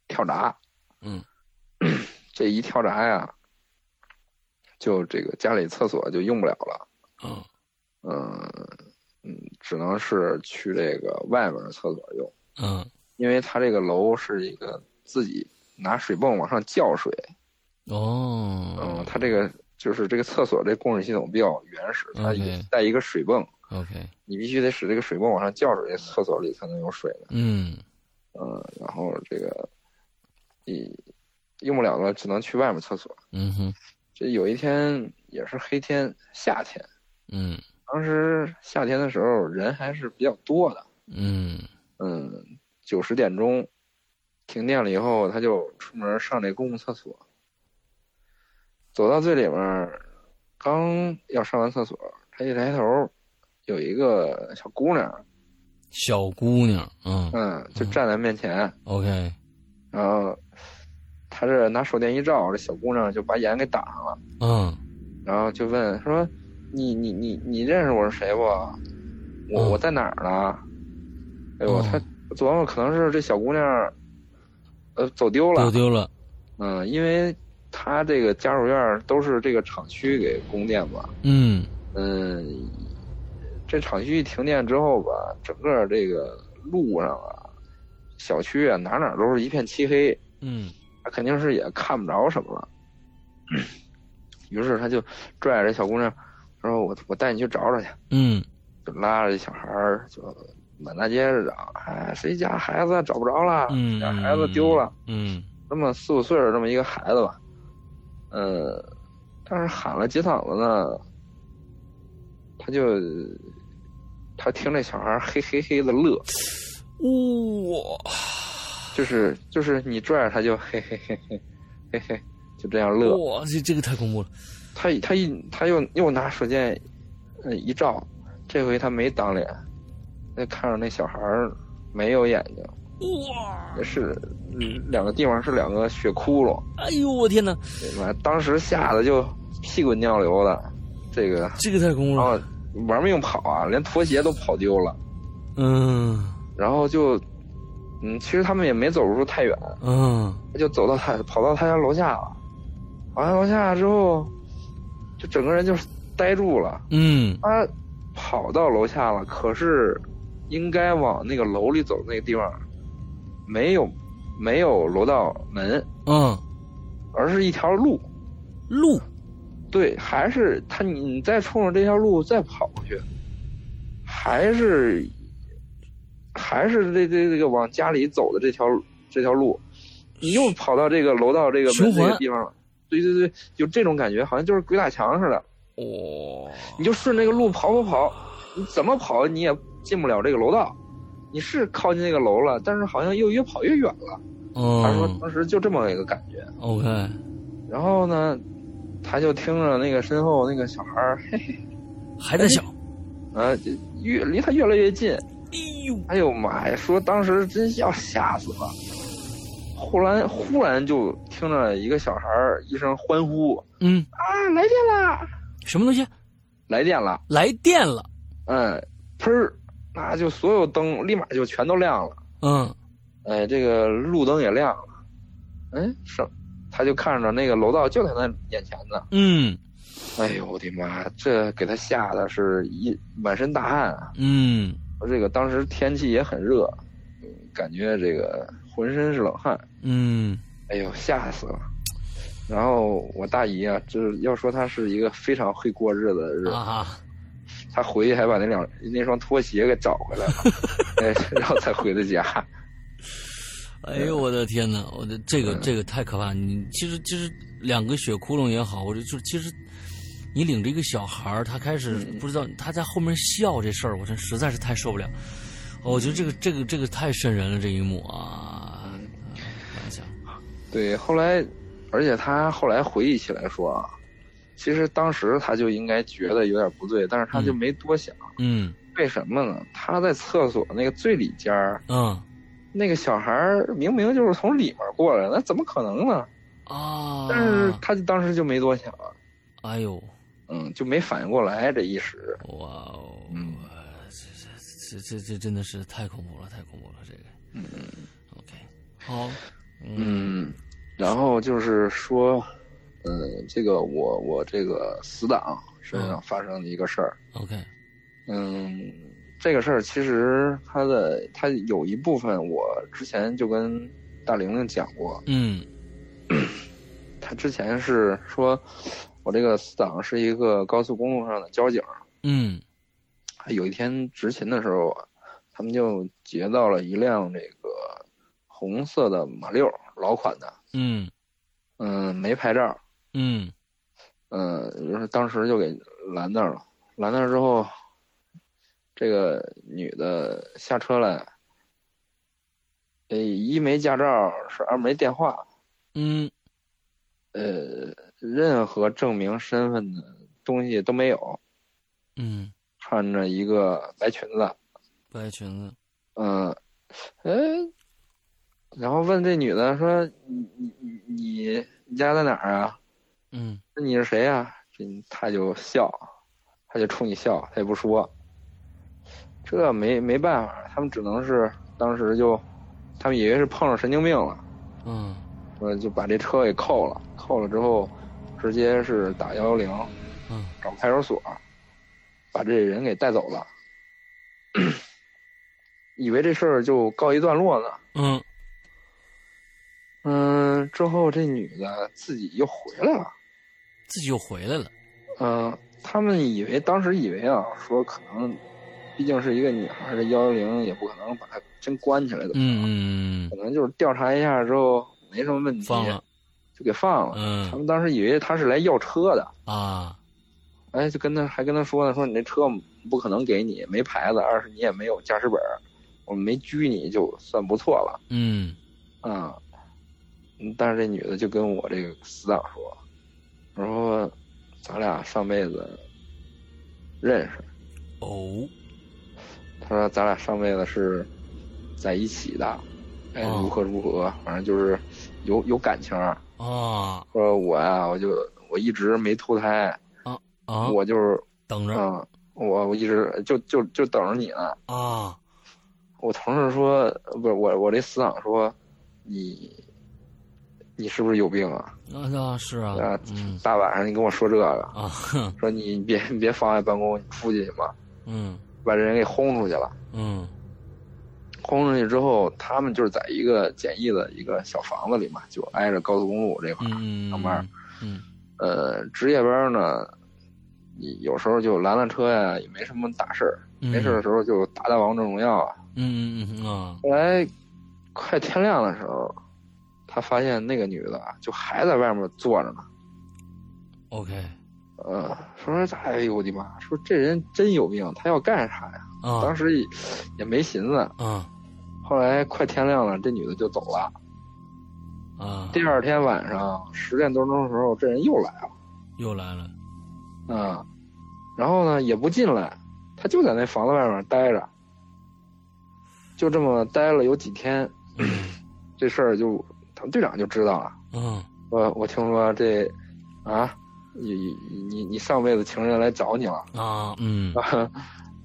跳闸。嗯， 这一跳闸呀，就这个家里厕所就用不了了，嗯嗯嗯，只能是去这个外面的厕所用，嗯，因为它这个楼是一个自己拿水泵往上浇水，嗯，哦它这个就是这个厕所这供水系统比较原始，它 OK 带一个水泵， ，OK，你必须得使这个水泵往上浇水，这厕所里才能有水呢。嗯嗯，然后这个，你用不了了，只能去外面厕所。嗯哼，这有一天也是黑天，夏天，嗯当时夏天的时候人还是比较多的。嗯嗯，九十点钟停电了以后，他就出门上这公共厕所，走到最里面儿，刚要上完厕所，他一抬头，有一个小姑娘，小姑娘，嗯嗯，就站在面前， ，OK，然后他这拿手电一照，这小姑娘就把眼给挡上了，嗯然后就问说：“你你你你认识我是谁不？我嗯我在哪儿呢？”哎呦，哦他琢磨可能是这小姑娘，呃，走丢了丢，丢了，嗯，因为他这个家属院儿都是这个厂区给供电嘛，嗯嗯，这厂区一停电之后吧，整个这个路上啊、小区啊，哪哪儿都是一片漆黑，嗯他肯定是也看不着什么了。 于是他就拽着这小姑娘，他说：“我我带你去找找去。嗯”就拉着这小孩儿就满大街的找，哎，谁家孩子找不着了？谁嗯，家啊孩子丢了？，嗯那么四五岁的这么一个孩子吧，嗯，但是喊了几嗓子呢，他就他听这小孩儿嘿嘿嘿的乐，哇，就是就是你拽着他就嘿嘿嘿嘿嘿嘿，就这样乐。哇，这这个太恐怖了，他他一他又又拿手电，呃一照，这回他没挡脸，那看着那小孩儿没有眼睛，哇，是嗯两个地方是两个血窟窿，哎呦我天哪，完当时吓得就屁滚尿流的，这个这个太恐怖然了，后玩命跑啊，连拖鞋都跑丢了，嗯然后就嗯其实他们也没走出太远，嗯他就走到他跑到他家楼下了，跑到楼下之后，就整个人就呆住了。嗯他跑到楼下了，可是应该往那个楼里走的那个地方，没有没有楼道门，嗯，而是一条路。路，对，还是他，你再冲着这条路再跑过去，还是还是这这这个往家里走的这条这条路，你又跑到这个楼道这个循门环这个地方了。对对对，有这种感觉，好像就是鬼打墙似的。哇，你就顺这个路跑跑跑，你怎么跑你也进不了这个楼道。你是靠近那个楼了，但是好像又越跑越远了。他说嗯当时就这么一个感觉。 ，OK，然后呢，他就听着那个身后那个小孩儿，嘿，还在想，呃，就越离他越来越近。哎呦，哎呦妈呀！说当时真要吓死了。忽然忽然就听着一个小孩儿一声欢呼嗯，啊，来电啦，什么东西来电了，来电了？嗯，砰儿，那就所有灯立马就全都亮了。嗯哎，这个路灯也亮了，哎，是，他就看着那个楼道就在他眼前呢。嗯哎呦，我的妈！这给他吓得是一满身大汗啊。嗯这个当时天气也很热，嗯感觉这个浑身是冷汗。嗯哎呦，吓死了！然后我大姨啊，就是要说她是一个非常会过日子的人，啊，她回去还把那两那双拖鞋给找回来了，哎，然后才回的家。哎呦我的天哪，我的这个这个太可怕！你其实其实两个血窟窿也好，或者就其实你领着一个小孩儿，他开始不知道他在后面笑这事儿，我真实在是太受不了。哦我觉得这个这个这个太瘆人了，这一幕啊！想想，对，后来，而且他后来回忆起来说啊，其实当时他就应该觉得有点不对，但是他就没多想。嗯为什么呢？他在厕所那个最里间儿，嗯那个小孩儿明明就是从里面过来的，那怎么可能呢？啊，但是他就当时就没多想，哎呦，嗯，就没反应过来这一时。哇哦，嗯这这这这真的是太恐怖了，太恐怖了，这个。嗯 OK，好，，嗯，然后就是说，呃，这个我我这个死党身上发生的一个事儿， ，OK，嗯，这个事儿其实它的它有一部分我之前就跟大玲玲讲过，嗯她之前是说我这个死党是一个高速公路上的交警，嗯有一天执勤的时候啊，他们就劫到了一辆这个红色的马六，老款的，嗯嗯，没牌照，嗯嗯，就是当时就给拦那儿了。拦那儿之后，这个女的下车来，呃，一没驾照，是二没电话，嗯呃，任何证明身份的东西都没有，嗯，穿着一个白裙子，白裙子，嗯，哎，然后问这女的说：“你你你你你家在哪儿啊？嗯那你是谁呀、这她就笑，她就冲你笑，她也不说。这没没办法，他们只能是当时就，他们以为是碰上神经病了，嗯呃，就把这车给扣了。扣了之后，直接是打幺幺零嗯找派出所，把这人给带走了。 以为这事儿就告一段落呢，嗯嗯，之后这女的自己又回来了。自己又回来了，嗯，他们以为当时以为啊，说可能，毕竟是一个女孩儿，这幺幺零也不可能把她真关起来的，嗯嗯可能就是调查一下之后没什么问嗯，题，放了，就给放了。他嗯们当时以为她是来要车的，啊，哎，就跟他还跟他说呢，说你这车不可能给你，没牌子，二是你也没有驾驶本儿，我们没拘你就算不错了。嗯啊，嗯但是这女的就跟我这个死党说，我说咱俩上辈子认识，哦，她说咱俩上辈子是在一起的，哎，哦如何如何，反正就是有有感情儿。啊说我呀、我就我一直没投胎，啊，我就是等着嗯，我我一直就就就等着你呢。啊，我同事说，不是我我这死党说，你你是不是有病啊？那那是啊啊，嗯大晚上你跟我说这个，啊，说你别你别妨碍办公，你出去嘛，嗯把这人给轰出去了。嗯轰出去之后，他们就是在一个简易的一个小房子里嘛，就挨着高速公路这块儿。嗯嗯，上班，嗯呃，值夜班呢，你有时候就拦拦车呀，也没什么大事儿。嗯，没事的时候就打打王者荣耀啊。嗯，嗯嗯嗯啊，后来快天亮的时候，他发现那个女的啊，就还在外面坐着呢。 OK，呃，说说哎呦我的妈！说这人真有病，他要干啥呀？当啊时也也没寻思。啊后来快天亮了，这女的就走了。啊，第二天晚上十点多钟的时候，这人又来了，又来了，啊、然后呢也不进来，他就在那房子外面待着，就这么待了有几天，嗯这事儿就他们队长就知道了。嗯我我听说这，啊，你你你你上辈子情人来找你了，啊嗯 啊，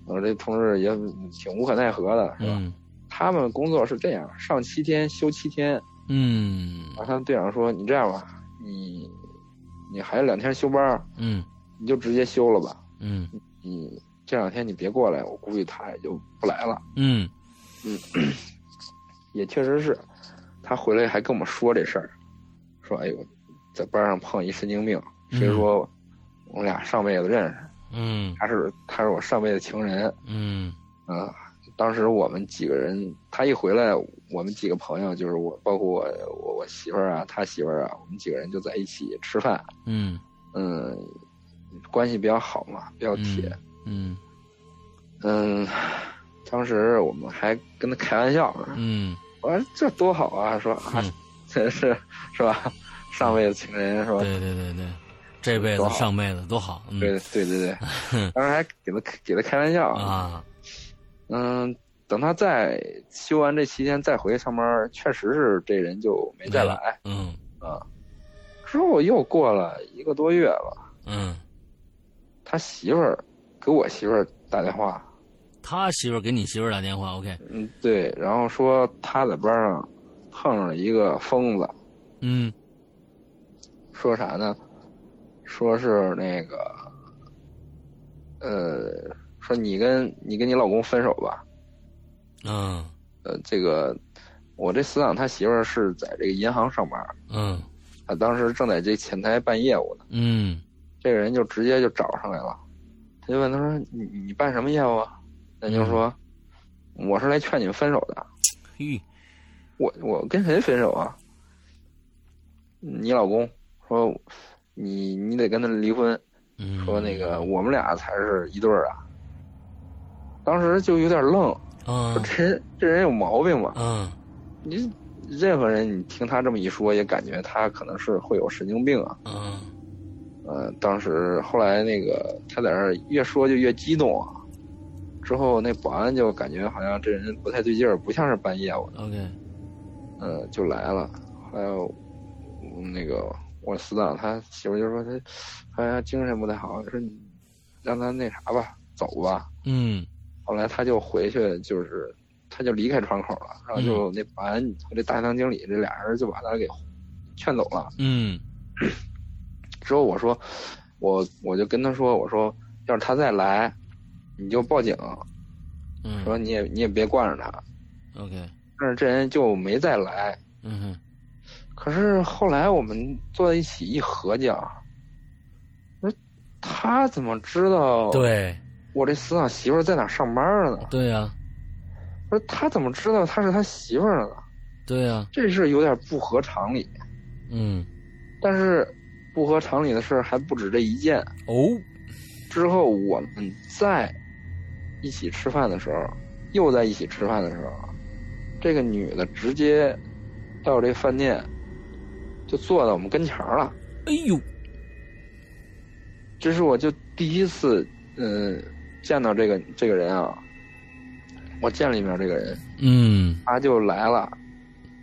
我这同事也挺无可奈何的，是吧？嗯他们工作是这样，上七天休七天。嗯然后他们队长说：“你这样吧，你你还有两天休班儿，嗯你就直接休了吧。嗯你这两天你别过来，我估计他也就不来了。嗯也确实是，他回来还跟我们说这事儿，说：哎呦，在班上碰一神经病，谁说我们俩上辈子认识？嗯他是他是我上辈子情人嗯啊、当时我们几个人，他一回来，我们几个朋友就是我，包括我我我媳妇儿啊，他媳妇儿啊，我们几个人就在一起吃饭，嗯嗯，关系比较好嘛，比较铁。嗯嗯，当时我们还跟他开玩笑呢，嗯我说这多好啊，说啊 嗯，这是是吧？上辈子情人是吧？对对对对，这辈子上辈子多好，嗯对对对对， 当时还给他给他开玩笑。啊嗯，等他再休完这期间再回上班，确实是这人就没再来。嗯之后又过了一个多月了，嗯，他媳妇儿给我媳妇儿打电话，他媳妇儿给你媳妇儿打电话，OK，嗯，对，然后说他在班上碰上了一个疯子，嗯说啥呢？说是那个，呃，说你跟你跟你老公分手吧。嗯呃，这个我这死党他媳妇儿是在这个银行上班，嗯他当时正在这前台办业务呢。嗯这个人就直接就找上来了，他就问他说：“你你办什么业务啊？”人就说：“我是来劝你们分手的。嘿，我我跟谁分手啊？你老公说你你得跟他离婚，嗯，说那个我们俩才是一对儿啊。”当时就有点愣，啊说这人这人有毛病吧？啊你任何人你听他这么一说，也感觉他可能是会有神经病啊。啊呃，当时后来那个他在那儿越说就越激动啊，之后那保安就感觉好像这人不太对劲儿，不像是办业务的， ，OK，呃，就来了。后来我那个我死党他媳妇就说他好像精神不太好，说你让他那啥吧，走吧。嗯后来他就回去，就是他就离开窗口了，然后就嗯那保安和这大堂经理这俩人就把他给劝走了。嗯之后我说，我我就跟他说，我说要是他再来，你就报警，嗯说你也你也别惯着他。 ，OK，但是这人就没再来。嗯哼，可是后来我们坐在一起一合计啊，我说他怎么知道对我这死党媳妇儿在哪上班呢？对啊呀，我说他怎么知道他是他媳妇儿呢？对呀，这事儿有点不合常理。嗯，但是不合常理的事儿还不止这一件。哦，之后我们在一起吃饭的时候，又在一起吃饭的时候，这个女的直接到这饭店就坐到我们跟前儿了。哎呦，这是我就第一次，嗯、见到这个这个人啊，我见了一面这个人，嗯他就来了。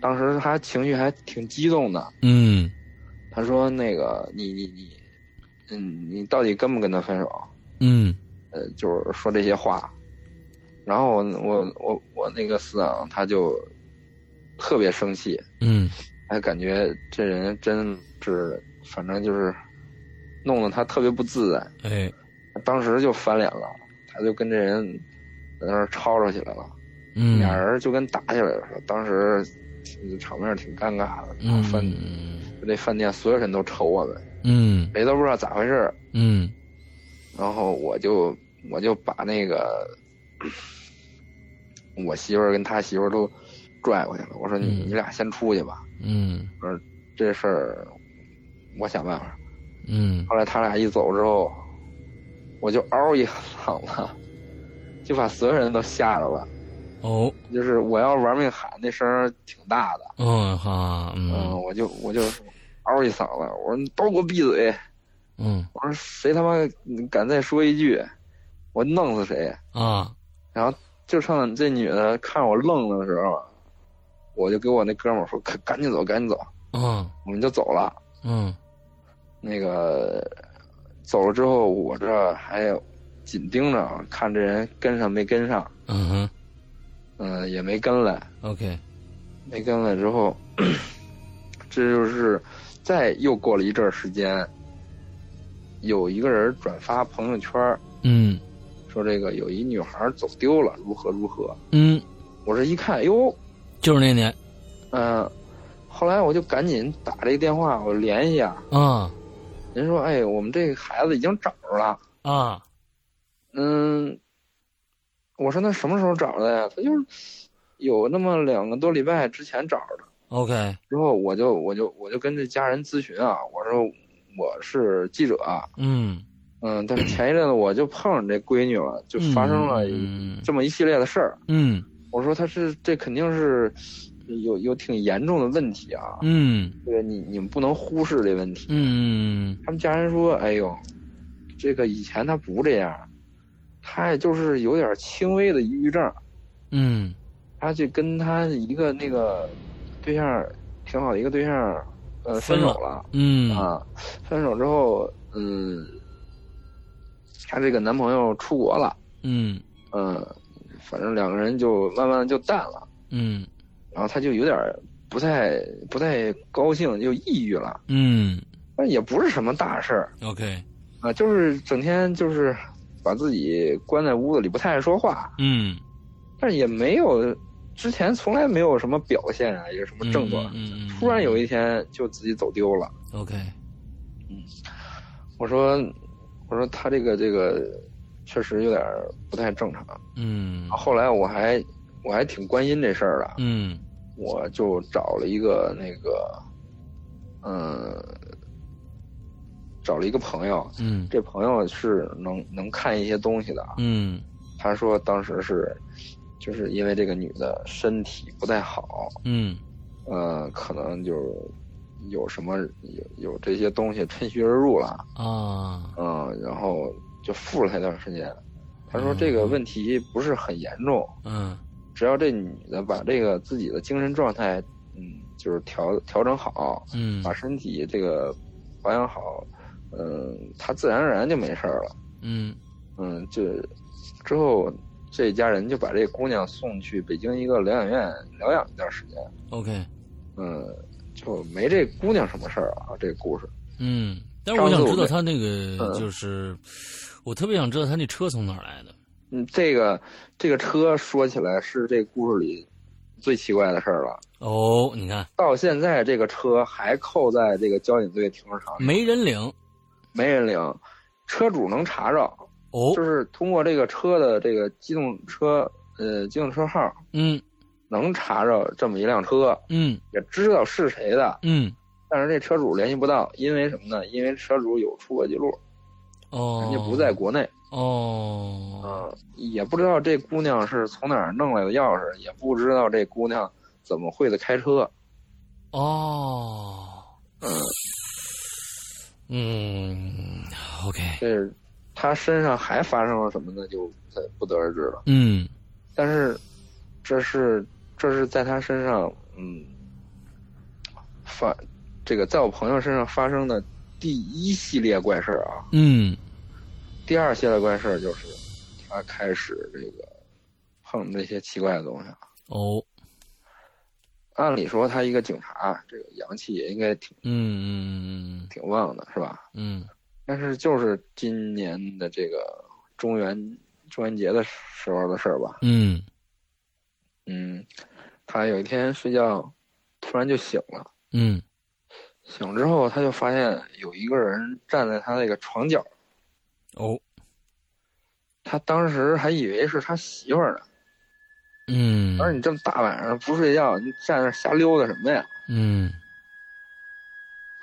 当时他情绪还挺激动的，嗯他说：“那个，你你你，嗯，你到底跟不跟他分手？”嗯呃，就是说这些话。然后我我我我那个死党他就特别生气，嗯还感觉这人真是，反正就是弄得他特别不自在。哎当时就翻脸了，他就跟这人在那儿吵吵起来了，嗯，俩人就跟打起来了。当时场面挺尴尬的，嗯饭那饭店所有人都瞅我们，嗯谁都不知道咋回事儿。嗯然后我就我就把那个我媳妇儿跟他媳妇儿都拽过去了。我说你嗯你俩先出去吧，嗯这事儿我想办法。嗯后来他俩一走之后，我就嗷一嗓子，就把所有人都吓着了。哦就是我要玩命喊，那声儿挺大的。嗯哈嗯，嗯我就我就嗷一嗓子，我说你都给我闭嘴！嗯我说谁他妈敢再说一句，我弄死谁！啊然后就趁这女的看我愣的时候，我就给我那哥们儿说：“赶赶紧走，赶紧走！”嗯我们就走了。嗯那个走了之后，我这还紧盯着啊看这人跟上没跟上，嗯哼嗯、也没跟来， ，OK，没跟来之后， 这就是再又过了一阵儿时间，有一个人转发朋友圈儿嗯说这个有一女孩儿走丢了，如何如何。嗯，我这一看，哎呦，就是那年嗯，后来我就赶紧打这个电话，我联系啊。啊人说，哎，我们这个孩子已经找着了。啊嗯，我说那什么时候找的呀？他就是有那么两个多礼拜之前找的。 ，OK，之后我就我就我就跟这家人咨询啊，我说我是记者啊，嗯，嗯，但是前一阵子我就碰上这闺女了，就发生了嗯这么一系列的事儿。嗯我说她是这肯定是有有挺严重的问题啊，嗯这个你你们不能忽视这问题。嗯他们家人说：“哎呦，这个以前他不这样，他也就是有点轻微的抑郁症，嗯他就跟他一个那个对象挺好的一个对象，呃，分手了嗯啊。分手之后，嗯，她这个男朋友出国了，嗯嗯，反正两个人就慢慢就淡了，嗯然后她就有点不太不太高兴，就抑郁了。嗯但也不是什么大事儿，OK，啊，就是整天就是把自己关在屋子里，不太爱说话，嗯，但是也没有之前从来没有什么表现啊，一个什么症状，嗯嗯嗯突然有一天就自己走丢了。 ，OK，我说，我说他这个这个确实有点儿不太正常。嗯后来我还我还挺关心这事儿的，嗯我就找了一个那个，嗯，找了一个朋友，嗯这朋友是能能看一些东西的啊。嗯他说当时是，就是因为这个女的身体不太好，嗯呃，可能就有什么有有这些东西趁虚而入了，啊，嗯、然后就负了她一段时间。他说这个问题不是很严重，嗯只要这女的把这个自己的精神状态，嗯，就是调调整好，嗯把身体这个保养好，嗯，她自然而然就没事儿了。嗯嗯，就之后这一家人就把这姑娘送去北京一个疗养院疗养一段时间。 ，OK，嗯，就没这姑娘什么事儿啊，这故事。嗯，但是我想知道他那上次我个们就是，我特别想知道他那车从哪儿来的。嗯，这个这个车说起来是这故事里最奇怪的事儿了。哦，你看到现在这个车还扣在这个交警队停车场里，没人领没人领，车主能查着，哦就，是通过这个车的这个机动车呃机动车号嗯能查着这么一辆车，嗯也知道是谁的。嗯，但是这车主联系不到，因为什么呢？因为车主有出国记录，哦，人家不在国内啊、哦，也不知道这姑娘是从哪儿弄来的钥匙，也不知道这姑娘怎么会的开车。哦，嗯，嗯，OK，这是她身上还发生了什么呢？就不得不得而知了。嗯但是这是这是在她身上，嗯，发这个在我朋友身上发生的第一系列怪事儿啊。嗯第二系列怪事儿就是，他开始这个碰那些奇怪的东西。哦，按理说，他一个警察，这个阳气也应该挺嗯嗯挺旺的，是吧？嗯但是就是今年的这个中元中元节的时候的事儿吧。嗯嗯，他有一天睡觉，突然就醒了。嗯醒之后，他就发现有一个人站在他那个床角，哦，他当时还以为是他媳妇儿呢。嗯我说：“你这么大晚上不睡觉，你站那儿瞎溜达什么呀？”嗯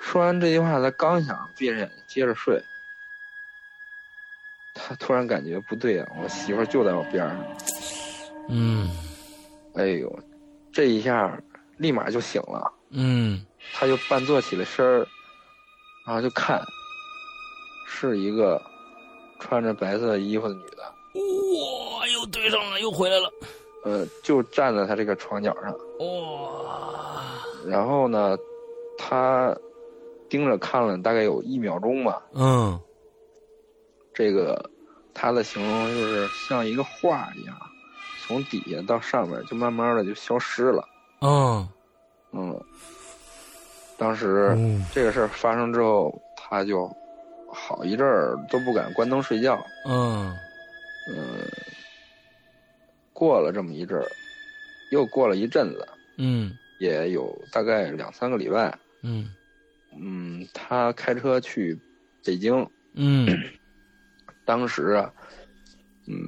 说完这句话，他刚想闭着眼睛接着睡，他突然感觉不对啊，我媳妇儿就在我边上。嗯哎呦，这一下立马就醒了，嗯他就半坐起了身儿，然后就看，是一个穿着白色衣服的女的，哇，又对上了，又回来了，呃，就站在他这个床角上。哇，然后呢，他盯着看了大概有一秒钟吧。嗯这个他的形容就是像一个画一样，从底下到上面就慢慢的就消失了。嗯嗯，当时嗯这个事儿发生之后，他就好一阵儿都不敢关灯睡觉。嗯嗯，过了这么一阵儿，又过了一阵子，嗯也有大概两三个礼拜。嗯嗯，他开车去北京，嗯当时啊，嗯，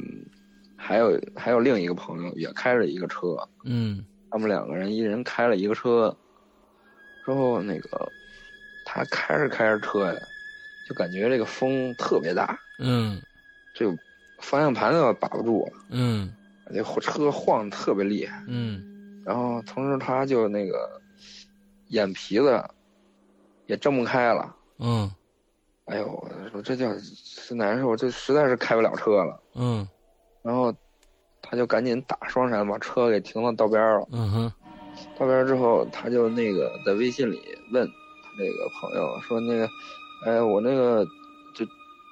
还有还有另一个朋友也开着一个车，嗯他们两个人一人开了一个车，之后那个他开着开着车呀，就感觉这个风特别大，嗯这个方向盘都把不住了，嗯这车晃得特别厉害。嗯然后同时他就那个眼皮子也睁不开了，嗯哎呦，我说这叫是难受，这实在是开不了车了。嗯然后他就赶紧打双闪，把车给停到道边儿了。嗯哼道边儿之后，他就那个在微信里问他那个朋友说：“那个，哎，我那个，就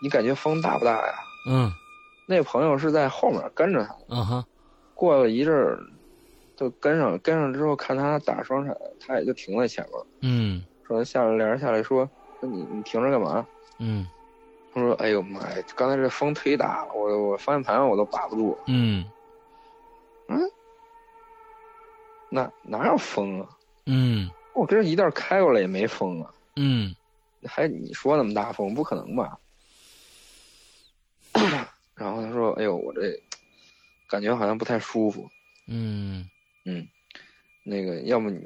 你感觉风大不大呀嗯？”那朋友是在后面跟着他，啊哈过了一阵儿，就跟上，跟上之后看他打双闪，他也就停在前面了，嗯说下来俩人下来说：“那你你停着干嘛？嗯他说，哎呦妈呀，刚才这风忒大了，我我方向盘我都把不住。嗯那哪有风啊？嗯我这一道开过来也没风啊，嗯还你说那么大风，不可能吧？然后他说，哎呦，我这感觉好像不太舒服。嗯嗯，那个，要不你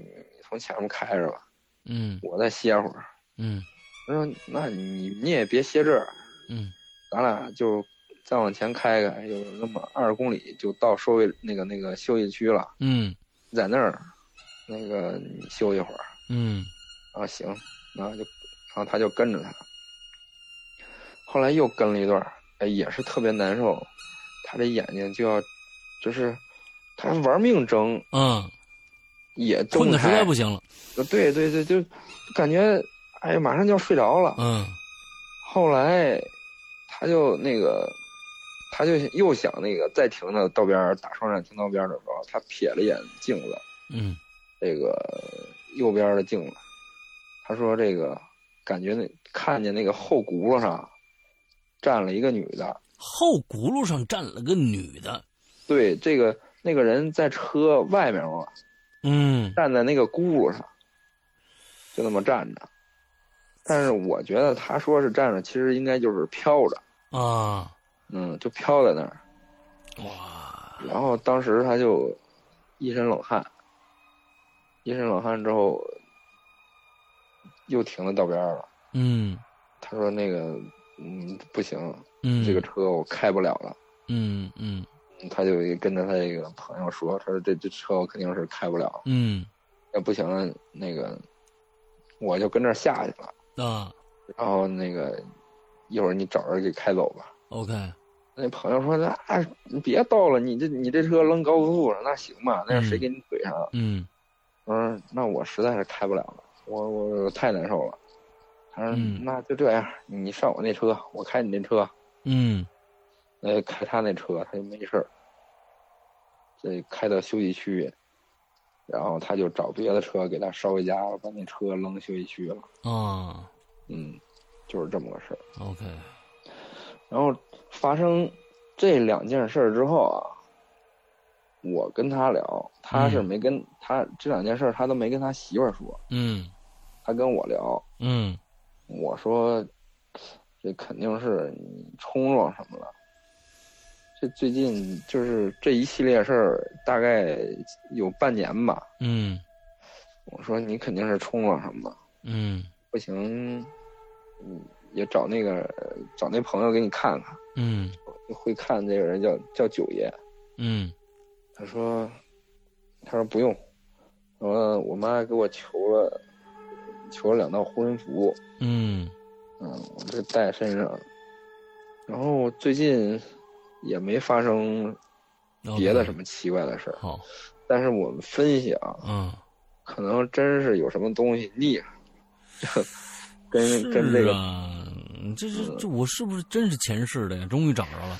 从前面开着吧，嗯我再歇会儿。嗯他说，那你你也别歇这儿，嗯咱俩就再往前开开，有那么二十公里就到收费那个那个休息区了，嗯你在那儿那个你休息会儿。嗯啊，行，然后就，然后他就跟着他，后来又跟了一段儿，哎，也是特别难受，他这眼睛就要，就是他玩命睁，嗯，也睁困不的实在开不，行了。对对对，就感觉哎，马上就要睡着了。嗯后来他就那个，他就又想那个再停到道边儿打双闪停道边儿的时候，他瞥了一眼镜子，嗯这个右边的镜子，他说这个感觉那看见那个后轱辘上站了一个女的，后轱辘上站了个女的。对，这个那个人在车外面嘛，嗯站在那个轱辘上，就那么站着。但是我觉得他说是站着，其实应该就是飘着，啊，嗯，就飘在那儿。哇，然后当时他就一身冷汗，一身冷汗之后又停在道边儿了。嗯他说那个，嗯，不行，嗯，这个车我开不了了。嗯嗯他就跟着他一个朋友说，他说这这车我肯定是开不了，嗯那不行了，那个我就跟这儿下去了。啊然后那个一会儿你找人给开走吧。 ，OK，那朋友说：“那、你别逗了，你这你这车扔高速路上，那行吧？那谁嗯给你怼上？”嗯我说：“那我实在是开不了了，我我我太难受了。”他说：“嗯那就这样，你上我那车，我开你那车。”嗯呃，开他那车，他就没事儿。这开到休息区，然后他就找别的车给他捎回家了，把那车扔休息区了。啊嗯，就是这么个事儿。 ，OK，然后发生这两件事儿之后啊，我跟他聊，他是嗯没跟、他这两件事儿他都没跟他媳妇儿说，嗯他跟我聊，嗯我说这肯定是你冲撞什么了。这最近就是这一系列事儿，大概有半年吧。嗯我说你肯定是冲撞什么了，嗯不行，嗯，也找那个找那朋友给你看看，嗯会看这个人叫叫九爷。嗯他说，他说不用，我我妈给我求了求了两道护身符，嗯嗯，我这带身上，然后最近也没发生别的什么么奇怪的事儿，好，但是我们分析啊，嗯，可能真是有什么东西腻上，跟跟这是 个，啊，这这这我是不是真是前世的呀？终于找着了，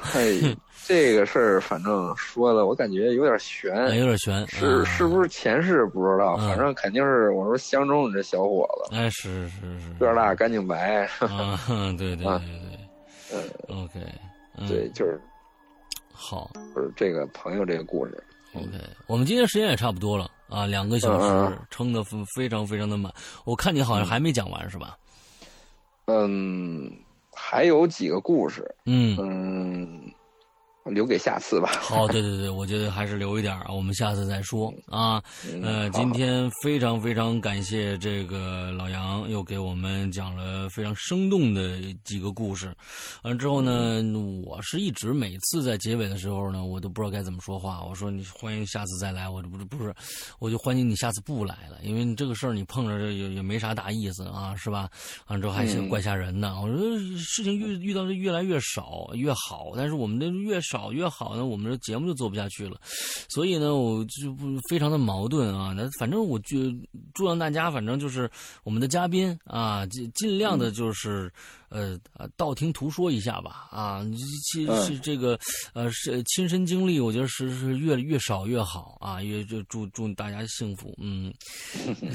嘿，这个事儿反正说的我感觉有点悬，哎，有点悬，是是不是？是前世不知道，嗯反正肯定是我说相中你这小伙子，哎，是是是，个儿大干净白，啊， 对对对对呃， ，OK， 嗯对，，嗯就是好。就是这个朋友这个故事， OK，我们今天时间也差不多了啊，两个小嗯嗯时撑的非常非常的满。我看你好像还没讲完是吧？嗯，还有几个故事，嗯，嗯，留给下次吧。好，对对对，我觉得还是留一点儿啊，我们下次再说啊。嗯呃，好今天非常非常感谢这个老杨，又给我们讲了非常生动的几个故事。完了之后呢，嗯我是一直每次在结尾的时候呢，我都不知道该怎么说话。我说你欢迎下次再来，我这不是不是，我就欢迎你下次不来了，因为你这个事儿你碰着这也也没啥大意思啊，是吧？完了之后还嗯怪吓人的。我说事情越遇到的越来越少越好，但是我们这越少越好呢，我们这节目就做不下去了。所以呢，我就不非常的矛盾啊。那反正我就祝愿大家，反正就是我们的嘉宾啊，尽尽量的就是。呃啊，道听途说一下吧啊，其嗯是这个呃是亲身经历，我觉得是是越越少越好啊，也就祝祝大家幸福，嗯，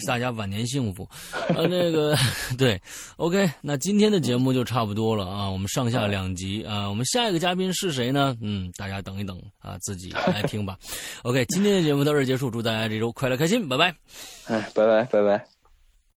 大家晚年幸福，呃那个 对，OK，那今天的节目就差不多了啊，我们上下两集啊，我们下一个嘉宾是谁呢？嗯，大家等一等啊，自己来听吧。OK，今天的节目到这儿结束，祝大家这周快乐开心，拜拜。哎，拜拜，拜拜。